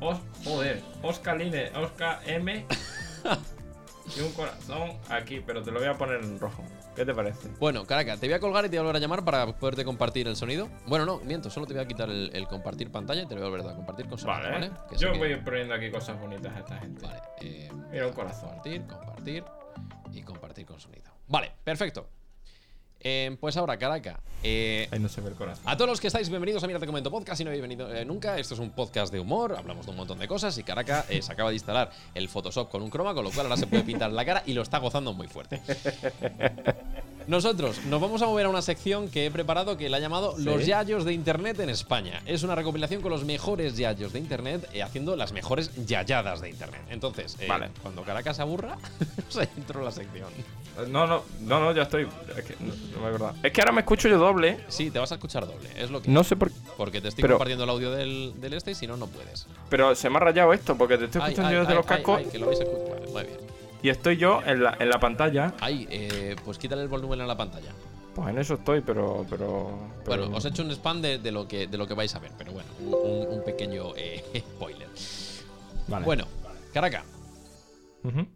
Speaker 4: Os. Joder. Oscar Line, Oscar M. Y un corazón aquí, pero te lo voy a poner en rojo. ¿Qué te parece?
Speaker 1: Bueno, Caraca, te voy a colgar y te voy a volver a llamar para poderte compartir el sonido. Bueno, no, miento, solo te voy a quitar el, el compartir pantalla y te lo voy a volver a compartir con sonido,
Speaker 4: Vale,
Speaker 1: ¿vale? Que
Speaker 4: Yo
Speaker 1: sé que-
Speaker 4: voy poniendo aquí cosas bonitas a esta gente.
Speaker 1: Vale, eh,
Speaker 4: Mira un corazón.
Speaker 1: compartir, compartir y compartir con sonido. Vale, perfecto. Eh, pues ahora, Caraca, eh,
Speaker 4: Ahí no se ve el corazón.
Speaker 1: a todos los que estáis, bienvenidos a Mira Te Comento Podcast. Si no habéis venido eh, nunca, esto es un podcast de humor, hablamos de un montón de cosas y Caraca eh, se acaba de instalar el Photoshop con un croma, con lo cual ahora se puede pintar la cara y lo está gozando muy fuerte. Nosotros nos vamos a mover a una sección que he preparado que la he llamado Los Yayos de Internet en España. Es una recopilación con los mejores Yayos de Internet eh, haciendo las mejores yayadas de Internet. Entonces, eh,
Speaker 2: Vale.
Speaker 1: cuando Caracas se aburra, se entro en la sección.
Speaker 2: Eh, No, no, no, no, ya estoy. Es que, no, no es verdad. Es que ahora me escucho yo doble.
Speaker 1: Sí, te vas a escuchar doble, es lo que...
Speaker 2: No sé por
Speaker 1: Porque te estoy
Speaker 2: Pero-
Speaker 1: compartiendo el audio del, del este y si no, no puedes.
Speaker 2: Pero se me ha rayado esto porque te estoy
Speaker 1: Ay,
Speaker 2: escuchando
Speaker 1: ay,
Speaker 2: yo desde
Speaker 1: ay,
Speaker 2: los
Speaker 1: ay,
Speaker 2: cascos
Speaker 1: ay, que lo habéis escuchado. Vale, muy bien.
Speaker 2: y estoy yo en la, en la pantalla.
Speaker 1: Ay, eh, pues quítale el volumen a la pantalla.
Speaker 2: Pues en eso estoy, pero. pero, pero-
Speaker 1: Bueno, os he hecho un spam de, de lo, que, de lo que vais a ver, pero bueno, un, un pequeño eh, spoiler.
Speaker 4: Vale.
Speaker 1: Bueno, Caraca,
Speaker 4: Ujú.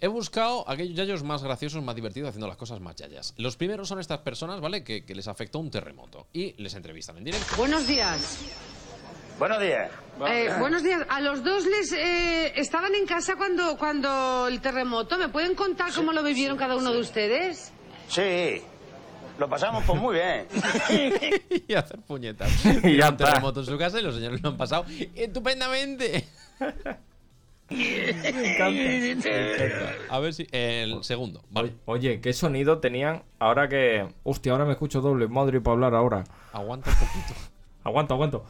Speaker 1: He buscado aquellos yayos más graciosos, más divertidos, haciendo las cosas más yayas. Los primeros son estas personas, ¿vale? Que, que les afectó un terremoto. Y les entrevistan en directo.
Speaker 5: Buenos días.
Speaker 6: Buenos días.
Speaker 5: Eh, buenos días. A los dos les eh, estaban en casa cuando, cuando el terremoto. ¿Me pueden contar cómo lo vivieron cada uno de ustedes?
Speaker 6: Sí, lo pasamos pues muy bien.
Speaker 1: y hacer puñetas.
Speaker 2: Y ya
Speaker 1: un
Speaker 2: está.
Speaker 1: terremoto en su casa y los señores lo han pasado estupendamente. A ver si. El segundo, ¿vale?
Speaker 2: Oye, ¿qué sonido tenían ahora que. Hostia, ahora me escucho doble, madre, para hablar ahora.
Speaker 1: Aguanta un poquito.
Speaker 2: Aguanto, aguanto.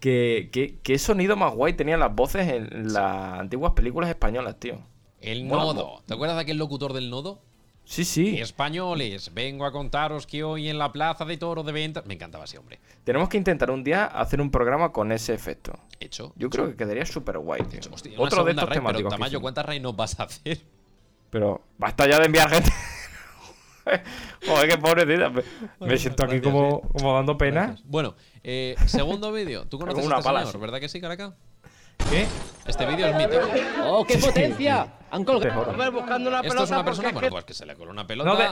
Speaker 2: ¿Qué, qué, qué sonido más guay tenían las voces en las antiguas películas españolas, tío?
Speaker 1: El
Speaker 2: Mola,
Speaker 1: nodo. ¿Te acuerdas de aquel locutor del nodo?
Speaker 2: Sí, sí.
Speaker 1: Españoles, vengo a contaros que hoy en la plaza de toro de ventas. Me encantaba ese hombre.
Speaker 2: Tenemos que intentar un día hacer un programa con ese efecto.
Speaker 1: Hecho.
Speaker 2: Yo creo que quedaría súper guay, tío.
Speaker 1: Hostia, una
Speaker 2: Otro de
Speaker 1: segunda raid,
Speaker 2: estos
Speaker 1: pero
Speaker 2: temáticos. que
Speaker 1: Tamayo,
Speaker 2: hicimos.
Speaker 1: ¿cuántas raid nos vas a hacer?
Speaker 2: Pero basta ya de enviar gente. Joder, qué pobrecita. Me, me siento aquí
Speaker 1: gracias,
Speaker 2: como, como dando pena.
Speaker 1: Bueno, eh, segundo vídeo. ¿Tú conoces a
Speaker 2: una
Speaker 1: este
Speaker 2: pala,
Speaker 1: señor,
Speaker 2: sí.
Speaker 1: verdad que sí, Caraca?
Speaker 2: ¿Qué?
Speaker 1: Este vídeo es mítico.
Speaker 7: ¡Oh, qué potencia! Han colgado.
Speaker 2: Mejor.
Speaker 7: buscando una
Speaker 1: Esto es una persona, bueno, pues que se le coló una pelota.
Speaker 2: No, de-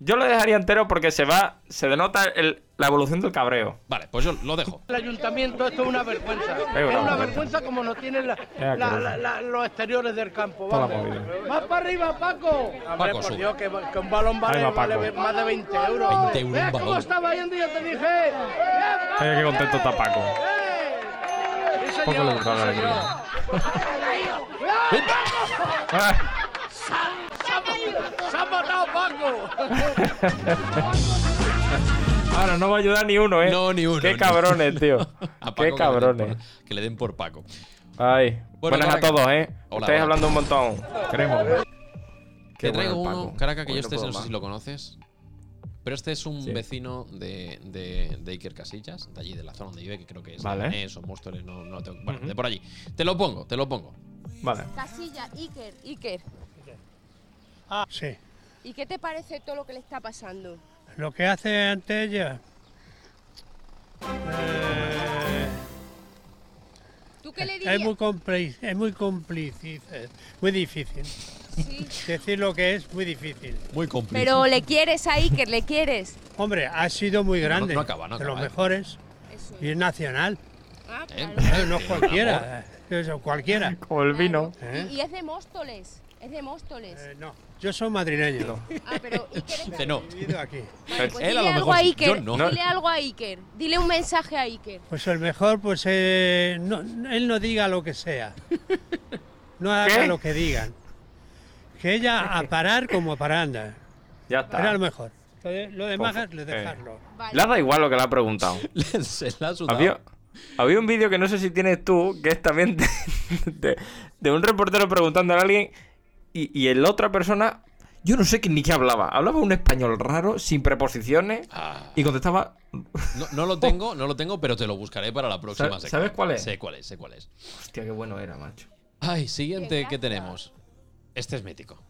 Speaker 2: yo lo dejaría entero porque se va. Se denota el- la evolución del cabreo.
Speaker 1: Vale, pues yo lo dejo.
Speaker 7: El ayuntamiento, esto es una
Speaker 2: una
Speaker 7: vergüenza. Es una
Speaker 2: vergüenza.
Speaker 7: vergüenza como nos tienen la- la-
Speaker 2: asqueroso.
Speaker 7: la- la- los exteriores del campo.
Speaker 2: Toda la
Speaker 7: vamos.
Speaker 2: movida.
Speaker 7: ¡Más para arriba, Paco! Hombre, por
Speaker 1: sube.
Speaker 7: Dios, que, que un balón
Speaker 2: Ahí
Speaker 7: vale,
Speaker 2: va
Speaker 7: vale
Speaker 2: Paco.
Speaker 7: más de 20 euros.
Speaker 1: 20 euros
Speaker 7: ¿Ves
Speaker 1: un
Speaker 7: cómo
Speaker 1: balón.
Speaker 7: estaba yendo? Yo te dije. ¡Eh, Paco,
Speaker 2: Oye, qué contento
Speaker 7: eh!
Speaker 2: está Paco.
Speaker 7: ¡Eh! Sí,
Speaker 2: Poco
Speaker 7: señor,
Speaker 2: le gusta
Speaker 7: sí,
Speaker 2: la alegría.
Speaker 7: señor.
Speaker 2: Ah,
Speaker 7: ¡Se ha matado Paco!
Speaker 2: Ahora no va a ayudar ni uno, ¿eh?
Speaker 1: No, ni uno.
Speaker 2: Qué
Speaker 1: no.
Speaker 2: cabrones, tío.
Speaker 1: A Paco que le
Speaker 2: Qué
Speaker 1: den
Speaker 2: cabrones.
Speaker 1: por- Que le den por Paco.
Speaker 2: Ay.
Speaker 1: Bueno,
Speaker 2: Buenas a
Speaker 1: Caraca.
Speaker 2: todos, ¿eh?
Speaker 1: Hola,
Speaker 2: Estáis
Speaker 1: hola.
Speaker 2: hablando un montón. Queremos. Qué
Speaker 1: Te traigo
Speaker 2: bueno el
Speaker 1: uno,
Speaker 2: Paco.
Speaker 1: Caraca, que
Speaker 2: Hoy
Speaker 1: yo
Speaker 2: no
Speaker 1: este
Speaker 2: puedo
Speaker 1: no sé
Speaker 2: más.
Speaker 1: si lo conoces. Pero este es un
Speaker 4: Sí.
Speaker 1: vecino de, de, de Iker Casillas, de allí, de la zona donde vive, que creo que es
Speaker 2: Vale.
Speaker 1: Leganés o Móstoles, no, no lo tengo. Bueno, de por allí. Te lo pongo, te lo pongo.
Speaker 2: Vale.
Speaker 8: Casilla, Iker, Iker.
Speaker 9: Sí,
Speaker 8: ¿Y qué te parece todo lo que le está pasando?
Speaker 9: lo que hace ante ella. eh,
Speaker 8: ¿Tú
Speaker 1: Eh,
Speaker 8: qué le dirías?
Speaker 9: es muy compli- es muy complicado, muy difícil.
Speaker 8: Sí.
Speaker 9: Decir lo que es muy difícil.
Speaker 1: Muy complicado.
Speaker 8: Pero le quieres a Iker, le quieres.
Speaker 9: Hombre, ha sido muy grande,
Speaker 1: no acaba, no
Speaker 9: de
Speaker 1: acaba,
Speaker 9: los
Speaker 1: eh.
Speaker 9: mejores
Speaker 8: Eso.
Speaker 9: y es nacional,
Speaker 8: Ah,
Speaker 1: Eh,
Speaker 8: claro.
Speaker 9: eh, no
Speaker 1: tiene un amor.
Speaker 9: cualquiera, eso, cualquiera.
Speaker 2: Como el vino.
Speaker 9: ¿eh?
Speaker 8: Y, y es de Móstoles. Es de Móstoles.
Speaker 9: Eh, no, yo soy madrileño,
Speaker 8: Ah, pero Iker es de-
Speaker 1: Dice no.
Speaker 9: he vivido aquí.
Speaker 8: Vale, pues
Speaker 1: Eh. Él a lo
Speaker 8: dile algo
Speaker 1: mejor
Speaker 8: a
Speaker 1: sí,
Speaker 8: Iker.
Speaker 1: yo no.
Speaker 8: Dile algo a Iker. Dile un mensaje a Iker.
Speaker 9: Pues el mejor, pues eh, no- él no diga lo que sea, no haga
Speaker 2: ¿Qué?
Speaker 9: lo que digan. Que ella a parar como paranda.
Speaker 2: Ya está.
Speaker 9: Era lo mejor. Lo, de, lo demás
Speaker 2: Ojo,
Speaker 9: le
Speaker 2: eh.
Speaker 9: dejarlo.
Speaker 8: Vale.
Speaker 2: Le da igual lo que le ha preguntado.
Speaker 1: Se la ha sudado.
Speaker 2: Había, había un vídeo que no sé si tienes tú, que es también de, de- de un reportero preguntando a alguien y, y el otra persona, yo no sé qué- ni qué hablaba. Hablaba un español raro, sin preposiciones
Speaker 1: Ah.
Speaker 2: y contestaba...
Speaker 1: No, no lo tengo, no lo tengo, pero te lo buscaré para la próxima.
Speaker 2: Sa-
Speaker 1: sé
Speaker 2: ¿sabes cuál es?
Speaker 1: Sé cuál es, sé cuál es.
Speaker 2: Hostia, qué bueno era, macho.
Speaker 1: Ay, siguiente, ¿qué
Speaker 8: Qué
Speaker 1: tenemos? Este es mítico.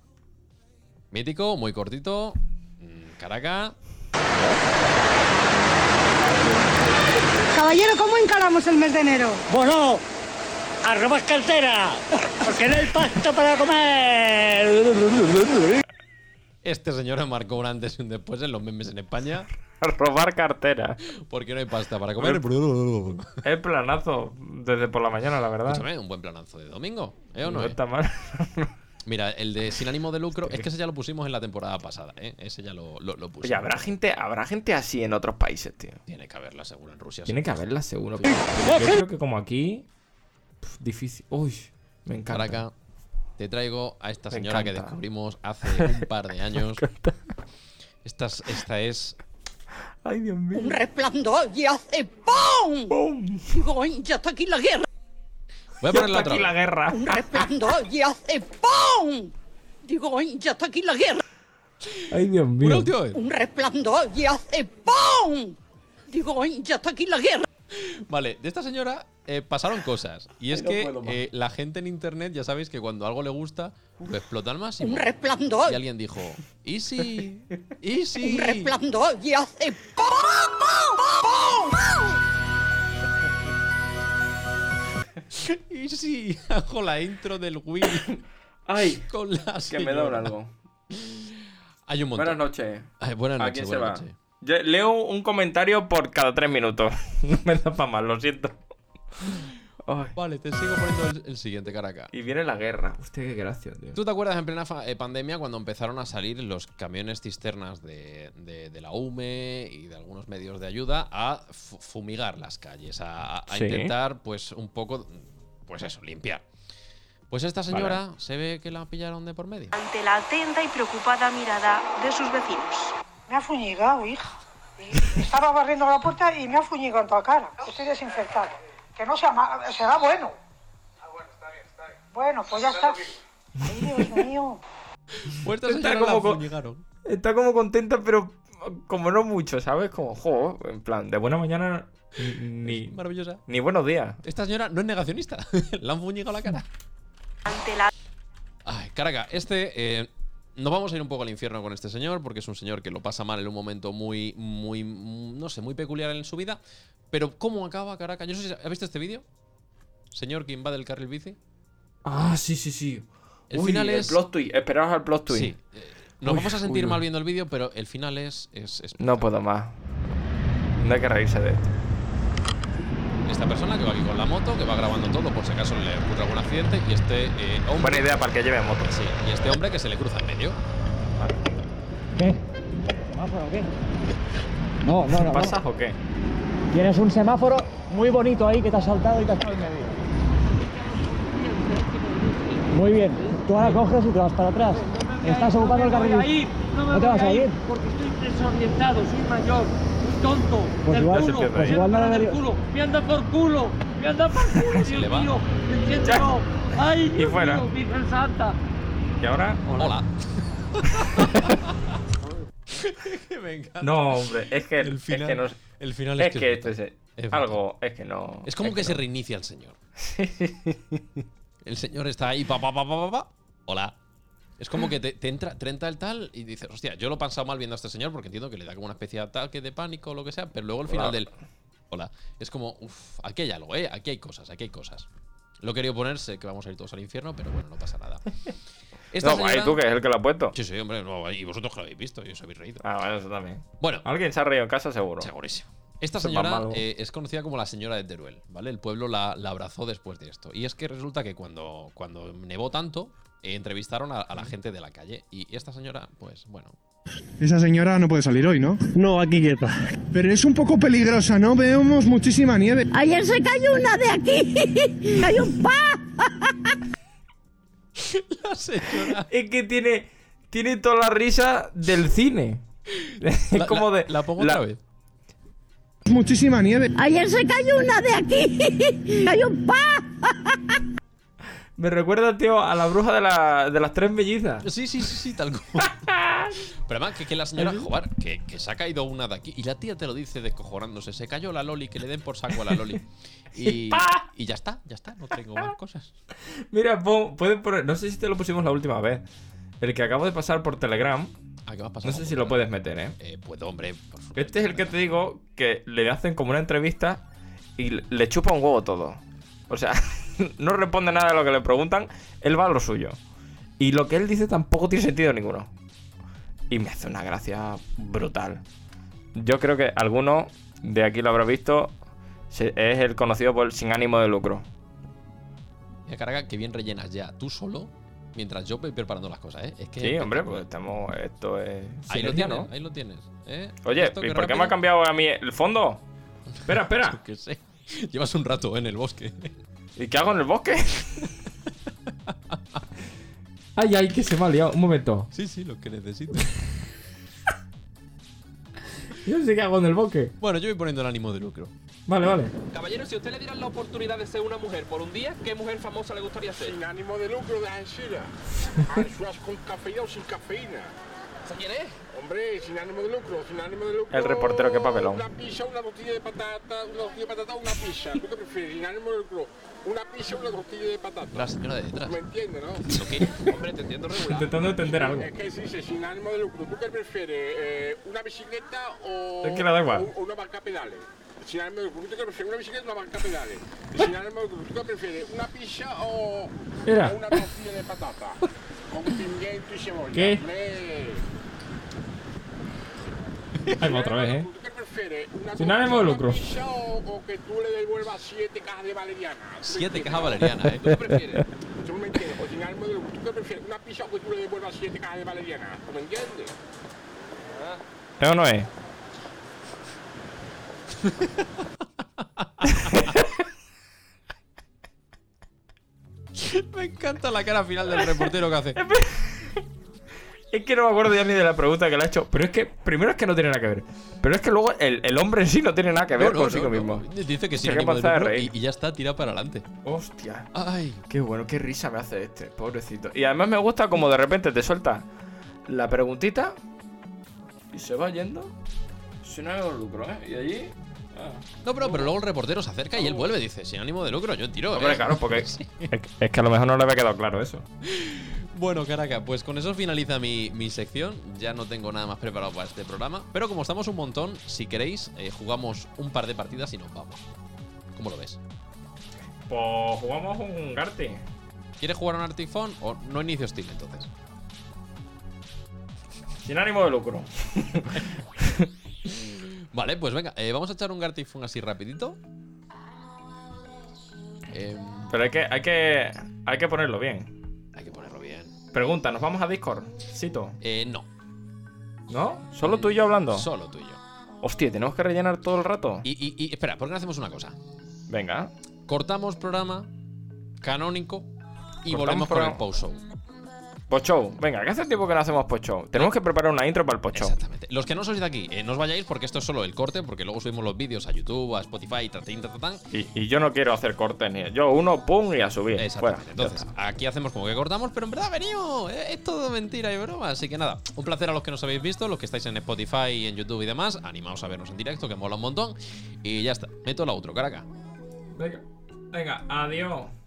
Speaker 1: Mítico, muy cortito. Mm, Caraca.
Speaker 5: Caballero, ¿cómo encaramos el mes de enero?
Speaker 7: Bueno, arroba cartera, porque no hay pasta para comer.
Speaker 1: Este señor marcó un antes y un después en los memes en España.
Speaker 2: Robar cartera.
Speaker 1: Porque no hay pasta para comer.
Speaker 2: Es planazo desde por la mañana, la verdad.
Speaker 1: Escúchame, un buen planazo de domingo, ¿eh o no?
Speaker 2: No
Speaker 1: eh?
Speaker 2: está mal.
Speaker 1: Mira, el de sin ánimo de lucro, es que ese ya lo pusimos en la temporada pasada, ¿eh? Ese ya lo, lo, lo pusimos.
Speaker 2: Oye, habrá gente, habrá gente así en otros países, tío.
Speaker 1: Tiene que haberla seguro en Rusia.
Speaker 2: Tiene que haberla, seguro. Yo creo que como aquí... pf, difícil. Uy, me encanta.
Speaker 1: Caraca, te traigo a esta
Speaker 2: Me
Speaker 1: señora que
Speaker 2: encanta.
Speaker 1: descubrimos hace un par de años. Esta, es- esta es.
Speaker 2: Ay, Dios mío.
Speaker 10: un resplandor y hace ¡pum! Digo, "Ay, ya está aquí la guerra.
Speaker 1: Voy a
Speaker 2: Ya
Speaker 1: ponerla
Speaker 2: está
Speaker 1: otra.
Speaker 2: aquí la
Speaker 1: vez.
Speaker 2: guerra.
Speaker 10: Un resplandor y hace ¡pum! Digo, "Ay, ya está aquí la guerra.
Speaker 2: Ay, Dios mío.
Speaker 1: Una última vez.
Speaker 10: Un resplandor y hace ¡pum! Digo, "Ay, ya está aquí la guerra.
Speaker 1: Vale, de esta señora eh, pasaron cosas. Y es
Speaker 10: no
Speaker 1: que
Speaker 10: puedo más.
Speaker 1: eh, la gente en internet, ya sabéis que cuando algo le gusta, lo explota al máximo.
Speaker 10: Un resplandor.
Speaker 1: Y alguien dijo, ¿y si? ¿Y si?
Speaker 10: Un resplandor y hace ¡pum, pum, pum, pum!
Speaker 1: ¿Y si hago la intro del Wii
Speaker 2: Ay,
Speaker 1: con la
Speaker 2: que me da un
Speaker 1: señora?
Speaker 2: algo.
Speaker 1: Hay un montón.
Speaker 2: Buenas noches.
Speaker 1: Ay, buenas
Speaker 2: ¿A
Speaker 1: noches,
Speaker 2: quién se
Speaker 1: buenas
Speaker 2: va?
Speaker 1: noches.
Speaker 2: Yo leo un comentario por cada tres minutos. No me da para mal, lo siento. Ay,
Speaker 1: Vale, te sigo poniendo el, el siguiente cara acá.
Speaker 2: y viene la guerra.
Speaker 4: Hostia, qué gracia, tío.
Speaker 1: ¿Tú te acuerdas en plena fa- eh, pandemia cuando empezaron a salir los camiones cisternas de, de- de la UME y de algunos medios de ayuda a fu- fumigar las calles, a, a
Speaker 2: Sí.
Speaker 1: intentar, pues, un poco, pues eso, limpiar? Pues esta señora se ve que la pillaron de por medio.
Speaker 11: ante la atenta y preocupada mirada de sus vecinos.
Speaker 12: Me ha fuñigado, hija. Y Estaba barriendo la puerta y me ha fuñigado en toda cara. Estoy desinfectado. Que no sea malo, será bueno. bueno, pues ya está. Ay, Dios mío.
Speaker 1: Pues esta
Speaker 2: Está
Speaker 1: señora
Speaker 2: como
Speaker 1: la
Speaker 2: con-
Speaker 1: fumigaron.
Speaker 2: Está como contenta, pero como no mucho, ¿sabes? Como, jo, en plan, de buena mañana ni,
Speaker 1: Maravillosa.
Speaker 2: ni buenos días.
Speaker 1: Esta señora no es negacionista. la han fuñigado la cara.
Speaker 11: Ante la
Speaker 1: Ay, Caraca, este. eh, nos vamos a ir un poco al infierno con este señor, porque es un señor que lo pasa mal en un momento muy, muy, mm, no sé, muy peculiar en su vida. Pero ¿cómo acaba, Caraca? Yo no sé si- ¿Has visto este vídeo? Señor que invade el carril bici.
Speaker 2: Ah, sí, sí, sí.
Speaker 1: El final es-
Speaker 2: El plot twist. Esperaos al plot twist.
Speaker 1: Sí. eh, Nos
Speaker 2: Uy,
Speaker 1: vamos a
Speaker 2: uy,
Speaker 1: sentir
Speaker 2: uy.
Speaker 1: mal viendo el vídeo, pero el final es. es- es-
Speaker 2: No puedo más. No hay que reírse de esto.
Speaker 1: Esta persona que va aquí con la moto, que va grabando todo, por si acaso le ocurre algún accidente, y este eh, hombre.
Speaker 2: Buena idea para el que lleve moto.
Speaker 1: Sí, y este hombre que se le cruza en medio.
Speaker 13: ¿Qué? ¿Semáforo o qué? No,
Speaker 9: Ah,
Speaker 13: no, no.
Speaker 2: ¿Pasas o qué?
Speaker 13: Tienes un semáforo muy bonito ahí que te has saltado y te has estado en medio. Muy bien. Tú ahora coges y te vas para atrás. Estás ocupando el carril. ¿No te vas a ir?
Speaker 7: Porque estoy desorientado, soy mayor, soy tonto.
Speaker 13: Pues
Speaker 7: del
Speaker 13: igual-
Speaker 7: culo,
Speaker 13: pues igual no
Speaker 7: me andan
Speaker 13: debería-
Speaker 7: por culo, me andan por culo, me andan por culo,
Speaker 1: Se
Speaker 7: Dios
Speaker 1: le va.
Speaker 7: mío, me siento no. Ay, Dios
Speaker 2: fuera.
Speaker 7: mío, Virgen Santa.
Speaker 2: ¿Y ahora?
Speaker 1: Hola. Me encanta.
Speaker 2: No, hombre, es que
Speaker 1: Ah, El final-
Speaker 2: es que, no,
Speaker 1: el final es
Speaker 2: es,
Speaker 1: que
Speaker 2: que,
Speaker 1: es
Speaker 2: esto es,
Speaker 1: brutal. Es brutal.
Speaker 2: algo, es que no.
Speaker 1: Es como que, se reinicia el señor. el señor está ahí, pa, pa, pa, pa, pa, pa. Hola. Es como que te, te entra, te entra el tal y dices, hostia, yo lo he pensado mal viendo a este señor porque entiendo que le da como una especie de ataque de pánico o lo que sea, pero luego al final
Speaker 2: Hola.
Speaker 1: del. Hola. Es como, uff, aquí hay algo, ¿eh? Aquí hay cosas, aquí hay cosas. Lo he querido ponerse, que vamos a ir todos al infierno, pero bueno, no pasa nada. Esta
Speaker 2: no, ahí
Speaker 1: señora-
Speaker 2: tú que es el que lo ha puesto.
Speaker 1: Sí, sí, hombre, no, y vosotros que lo habéis visto y os habéis reído.
Speaker 2: Ah, bueno, eso también.
Speaker 1: Bueno,
Speaker 2: Alguien se ha reído en casa seguro.
Speaker 1: Segurísimo. Esta
Speaker 2: Eso es más
Speaker 1: señora
Speaker 2: malo.
Speaker 1: eh, es conocida como la señora de Teruel, ¿vale? El pueblo la, la abrazó después de esto. Y es que resulta que cuando, cuando nevó tanto, eh, entrevistaron a, a la gente de la calle. Y esta señora, pues bueno.
Speaker 14: Esa señora no puede salir hoy, ¿no? No, aquí quieta. Pero es un poco peligrosa, ¿no? Vemos muchísima nieve.
Speaker 10: Ayer se cayó una de aquí. Cayó un pa.
Speaker 1: La señora.
Speaker 2: Es que tiene, tiene toda la risa del cine. es
Speaker 1: La-
Speaker 2: como
Speaker 1: la-
Speaker 2: de.
Speaker 1: La, pongo
Speaker 2: la-
Speaker 1: otra vez.
Speaker 14: Muchísima nieve.
Speaker 10: Ayer se cayó una de aquí. Cayó un pa.
Speaker 2: Me recuerda, tío, a la bruja de, la- Ah, de las tres mellizas.
Speaker 1: Sí, sí, sí, sí, tal cual. Pero además, que, que la señora, joder, que, que se ha caído una de aquí. Y la tía te lo dice descojonándose. Se cayó la Loli, que le den por saco a la Loli. Y, y ya está, ya está, no tengo más cosas.
Speaker 2: Mira, pon- pueden poner. No sé si te lo pusimos la última vez. El que acabo de pasar por Telegram.
Speaker 1: ¿A Ah, qué más pasa?
Speaker 2: No sé si lo puedes meter, eh.
Speaker 1: Eh, pues hombre, por favor.
Speaker 2: Este es el que te digo que le hacen como una entrevista y le chupa un huevo todo. O sea, no responde nada a lo que le preguntan, él va a lo suyo. Y lo que él dice tampoco tiene sentido ninguno. Y me hace una gracia brutal. Yo creo que alguno de aquí lo habrá visto. se- Es el conocido por el sin ánimo de lucro.
Speaker 1: Mira, carga, que bien rellenas ya tú solo, mientras yo voy preparando las cosas, ¿eh? Es que
Speaker 2: Sí, hombre, pues estamos. Esto es.
Speaker 1: Ahí lo
Speaker 2: sinergia,
Speaker 1: tienes,
Speaker 2: ¿no?
Speaker 1: ahí lo tienes. ¿eh?
Speaker 2: Oye,
Speaker 1: Esto
Speaker 2: ¿y
Speaker 1: que
Speaker 2: por qué me ha
Speaker 1: rápido-
Speaker 2: cambiado a mí el fondo? Espera, espera.
Speaker 1: Que sé. Llevas un rato en el bosque.
Speaker 2: ¿Y qué hago en el bosque?
Speaker 4: Ay, ay, que se me ha liado. Un momento.
Speaker 1: sí, sí, lo que necesito.
Speaker 4: Yo no sé qué hago en el bosque.
Speaker 1: bueno, yo voy poniendo el ánimo de lucro.
Speaker 4: Vale, vale.
Speaker 15: Caballero, si usted le dieran la oportunidad de ser una mujer por un día, ¿qué mujer famosa le gustaría ser? Sin ánimo de lucro de Anchila. Anchoas con cafeína o sin cafeína. quién es?
Speaker 16: Hombre, sin ánimo de lucro, sin ánimo de lucro.
Speaker 2: El reportero, qué papelón.
Speaker 16: Una pizza, una tortilla de patata, una tortilla de patata, una pizza. ¿Tú qué prefieres? Sin ánimo de lucro. Una pizza, una tortilla de patata.
Speaker 1: La señora de detrás.
Speaker 16: ¿Me entiendes, no?
Speaker 1: Hombre, te entiendo
Speaker 4: Intentando entender algo.
Speaker 16: Es que se dice sin ánimo de lucro. ¿Tú qué prefieres? Eh, ¿Una bicicleta o,
Speaker 4: Es que le da igual.
Speaker 16: o- o una banca a pedales? Sin ánimo de lucro. ¿Tú qué prefieres? ¿Una bicicleta o una banca a pedales? Sin ánimo de lucro. ¿Tú qué prefieres? ¿Una pizza o
Speaker 4: Mira.
Speaker 16: o una tortilla de patata? Con pimiento y cebolla.
Speaker 4: ¿Qué?
Speaker 16: Hombre.
Speaker 4: Ahí va otra vez, ¿eh?
Speaker 16: ¿Tú qué prefieres? ¿Una
Speaker 4: Sin ánimo de
Speaker 16: tortilla
Speaker 4: lucro.
Speaker 16: pizza o, o que tú le devuelvas siete cajas de valeriana?
Speaker 1: Siete cajas valerianas, ¿eh? ¿Tú qué prefieres?
Speaker 16: Yo me entiendo. O sin ánimo de lucro. ¿Tú qué prefieres? ¿Una pizza o que tú le devuelvas siete cajas de valeriana? ¿Tú me entiendes?
Speaker 2: ¿Es o no es?
Speaker 1: Me encanta la cara final del reportero que hace.
Speaker 2: Es que no me acuerdo ya ni de la pregunta que le ha hecho. Pero es que, primero es que no tiene nada que ver. Pero es que luego el, el hombre en sí no tiene nada que ver
Speaker 1: No, no,
Speaker 2: consigo
Speaker 1: no, no.
Speaker 2: mismo.
Speaker 1: Dice que sí,
Speaker 2: Se
Speaker 1: ánimo
Speaker 2: acaba
Speaker 1: de
Speaker 2: de
Speaker 1: lucro
Speaker 2: reír.
Speaker 1: y, y ya está, tira para adelante.
Speaker 2: Hostia.
Speaker 1: Ay.
Speaker 2: Qué bueno, qué risa me hace este, pobrecito. Y además me gusta como de repente te suelta la preguntita y se va yendo. Si no hay lucro, ¿eh? Y allí.
Speaker 1: No, pero, pero luego el reportero se acerca y él vuelve, dice, sin ánimo de lucro, yo tiro.
Speaker 2: Hombre,
Speaker 1: ¿eh?".
Speaker 2: claro, porque. Es que- es que a lo mejor no le había quedado claro eso.
Speaker 1: Bueno, Caraca, pues con eso finaliza mi, mi sección. Ya no tengo nada más preparado para este programa. Pero como estamos un montón, si queréis, eh, jugamos un par de partidas y nos vamos. ¿Cómo lo ves?
Speaker 2: Pues jugamos un Garte.
Speaker 1: ¿Quieres jugar a un Arctic Phone o no inicio Steam entonces?
Speaker 2: Sin ánimo de lucro.
Speaker 1: Vale, pues venga, eh, vamos a echar un Arctic Phone así rapidito. Em,
Speaker 2: Pero hay que, hay que. Hay que ponerlo bien.
Speaker 1: hay que ponerlo bien.
Speaker 2: Pregunta, ¿nos vamos a Discord? Cito.
Speaker 1: Eh, no.
Speaker 2: ¿No? ¿Solo tú y yo hablando?
Speaker 1: Solo tú y yo.
Speaker 2: Hostia, ¿tenemos que rellenar todo el rato?
Speaker 1: Y, y- y espera, ¿por qué no hacemos una cosa?
Speaker 2: Venga.
Speaker 1: Cortamos programa canónico y
Speaker 2: Cortamos
Speaker 1: volvemos con el
Speaker 2: programa.
Speaker 1: post show.
Speaker 2: Pochow. Venga, que hace tiempo que no hacemos pochow. Tenemos que preparar una intro para el pochow.
Speaker 1: Los que no sois de aquí, eh, no os vayáis porque esto es solo el corte, porque luego subimos los vídeos a YouTube, a Spotify, tatín, tatatán.
Speaker 2: Y, y yo no quiero hacer cortes ni. Yo uno, pum, y a subir. Fuera.
Speaker 1: Entonces, aquí hacemos como que cortamos, pero en verdad venimos. eh, Es todo mentira y broma. Así que nada, un placer a los que nos habéis visto, los que estáis en Spotify y en YouTube y demás. Animaos a vernos en directo, que mola un montón. Y ya está. Meto la otro, caraca.
Speaker 4: Venga, venga, adiós.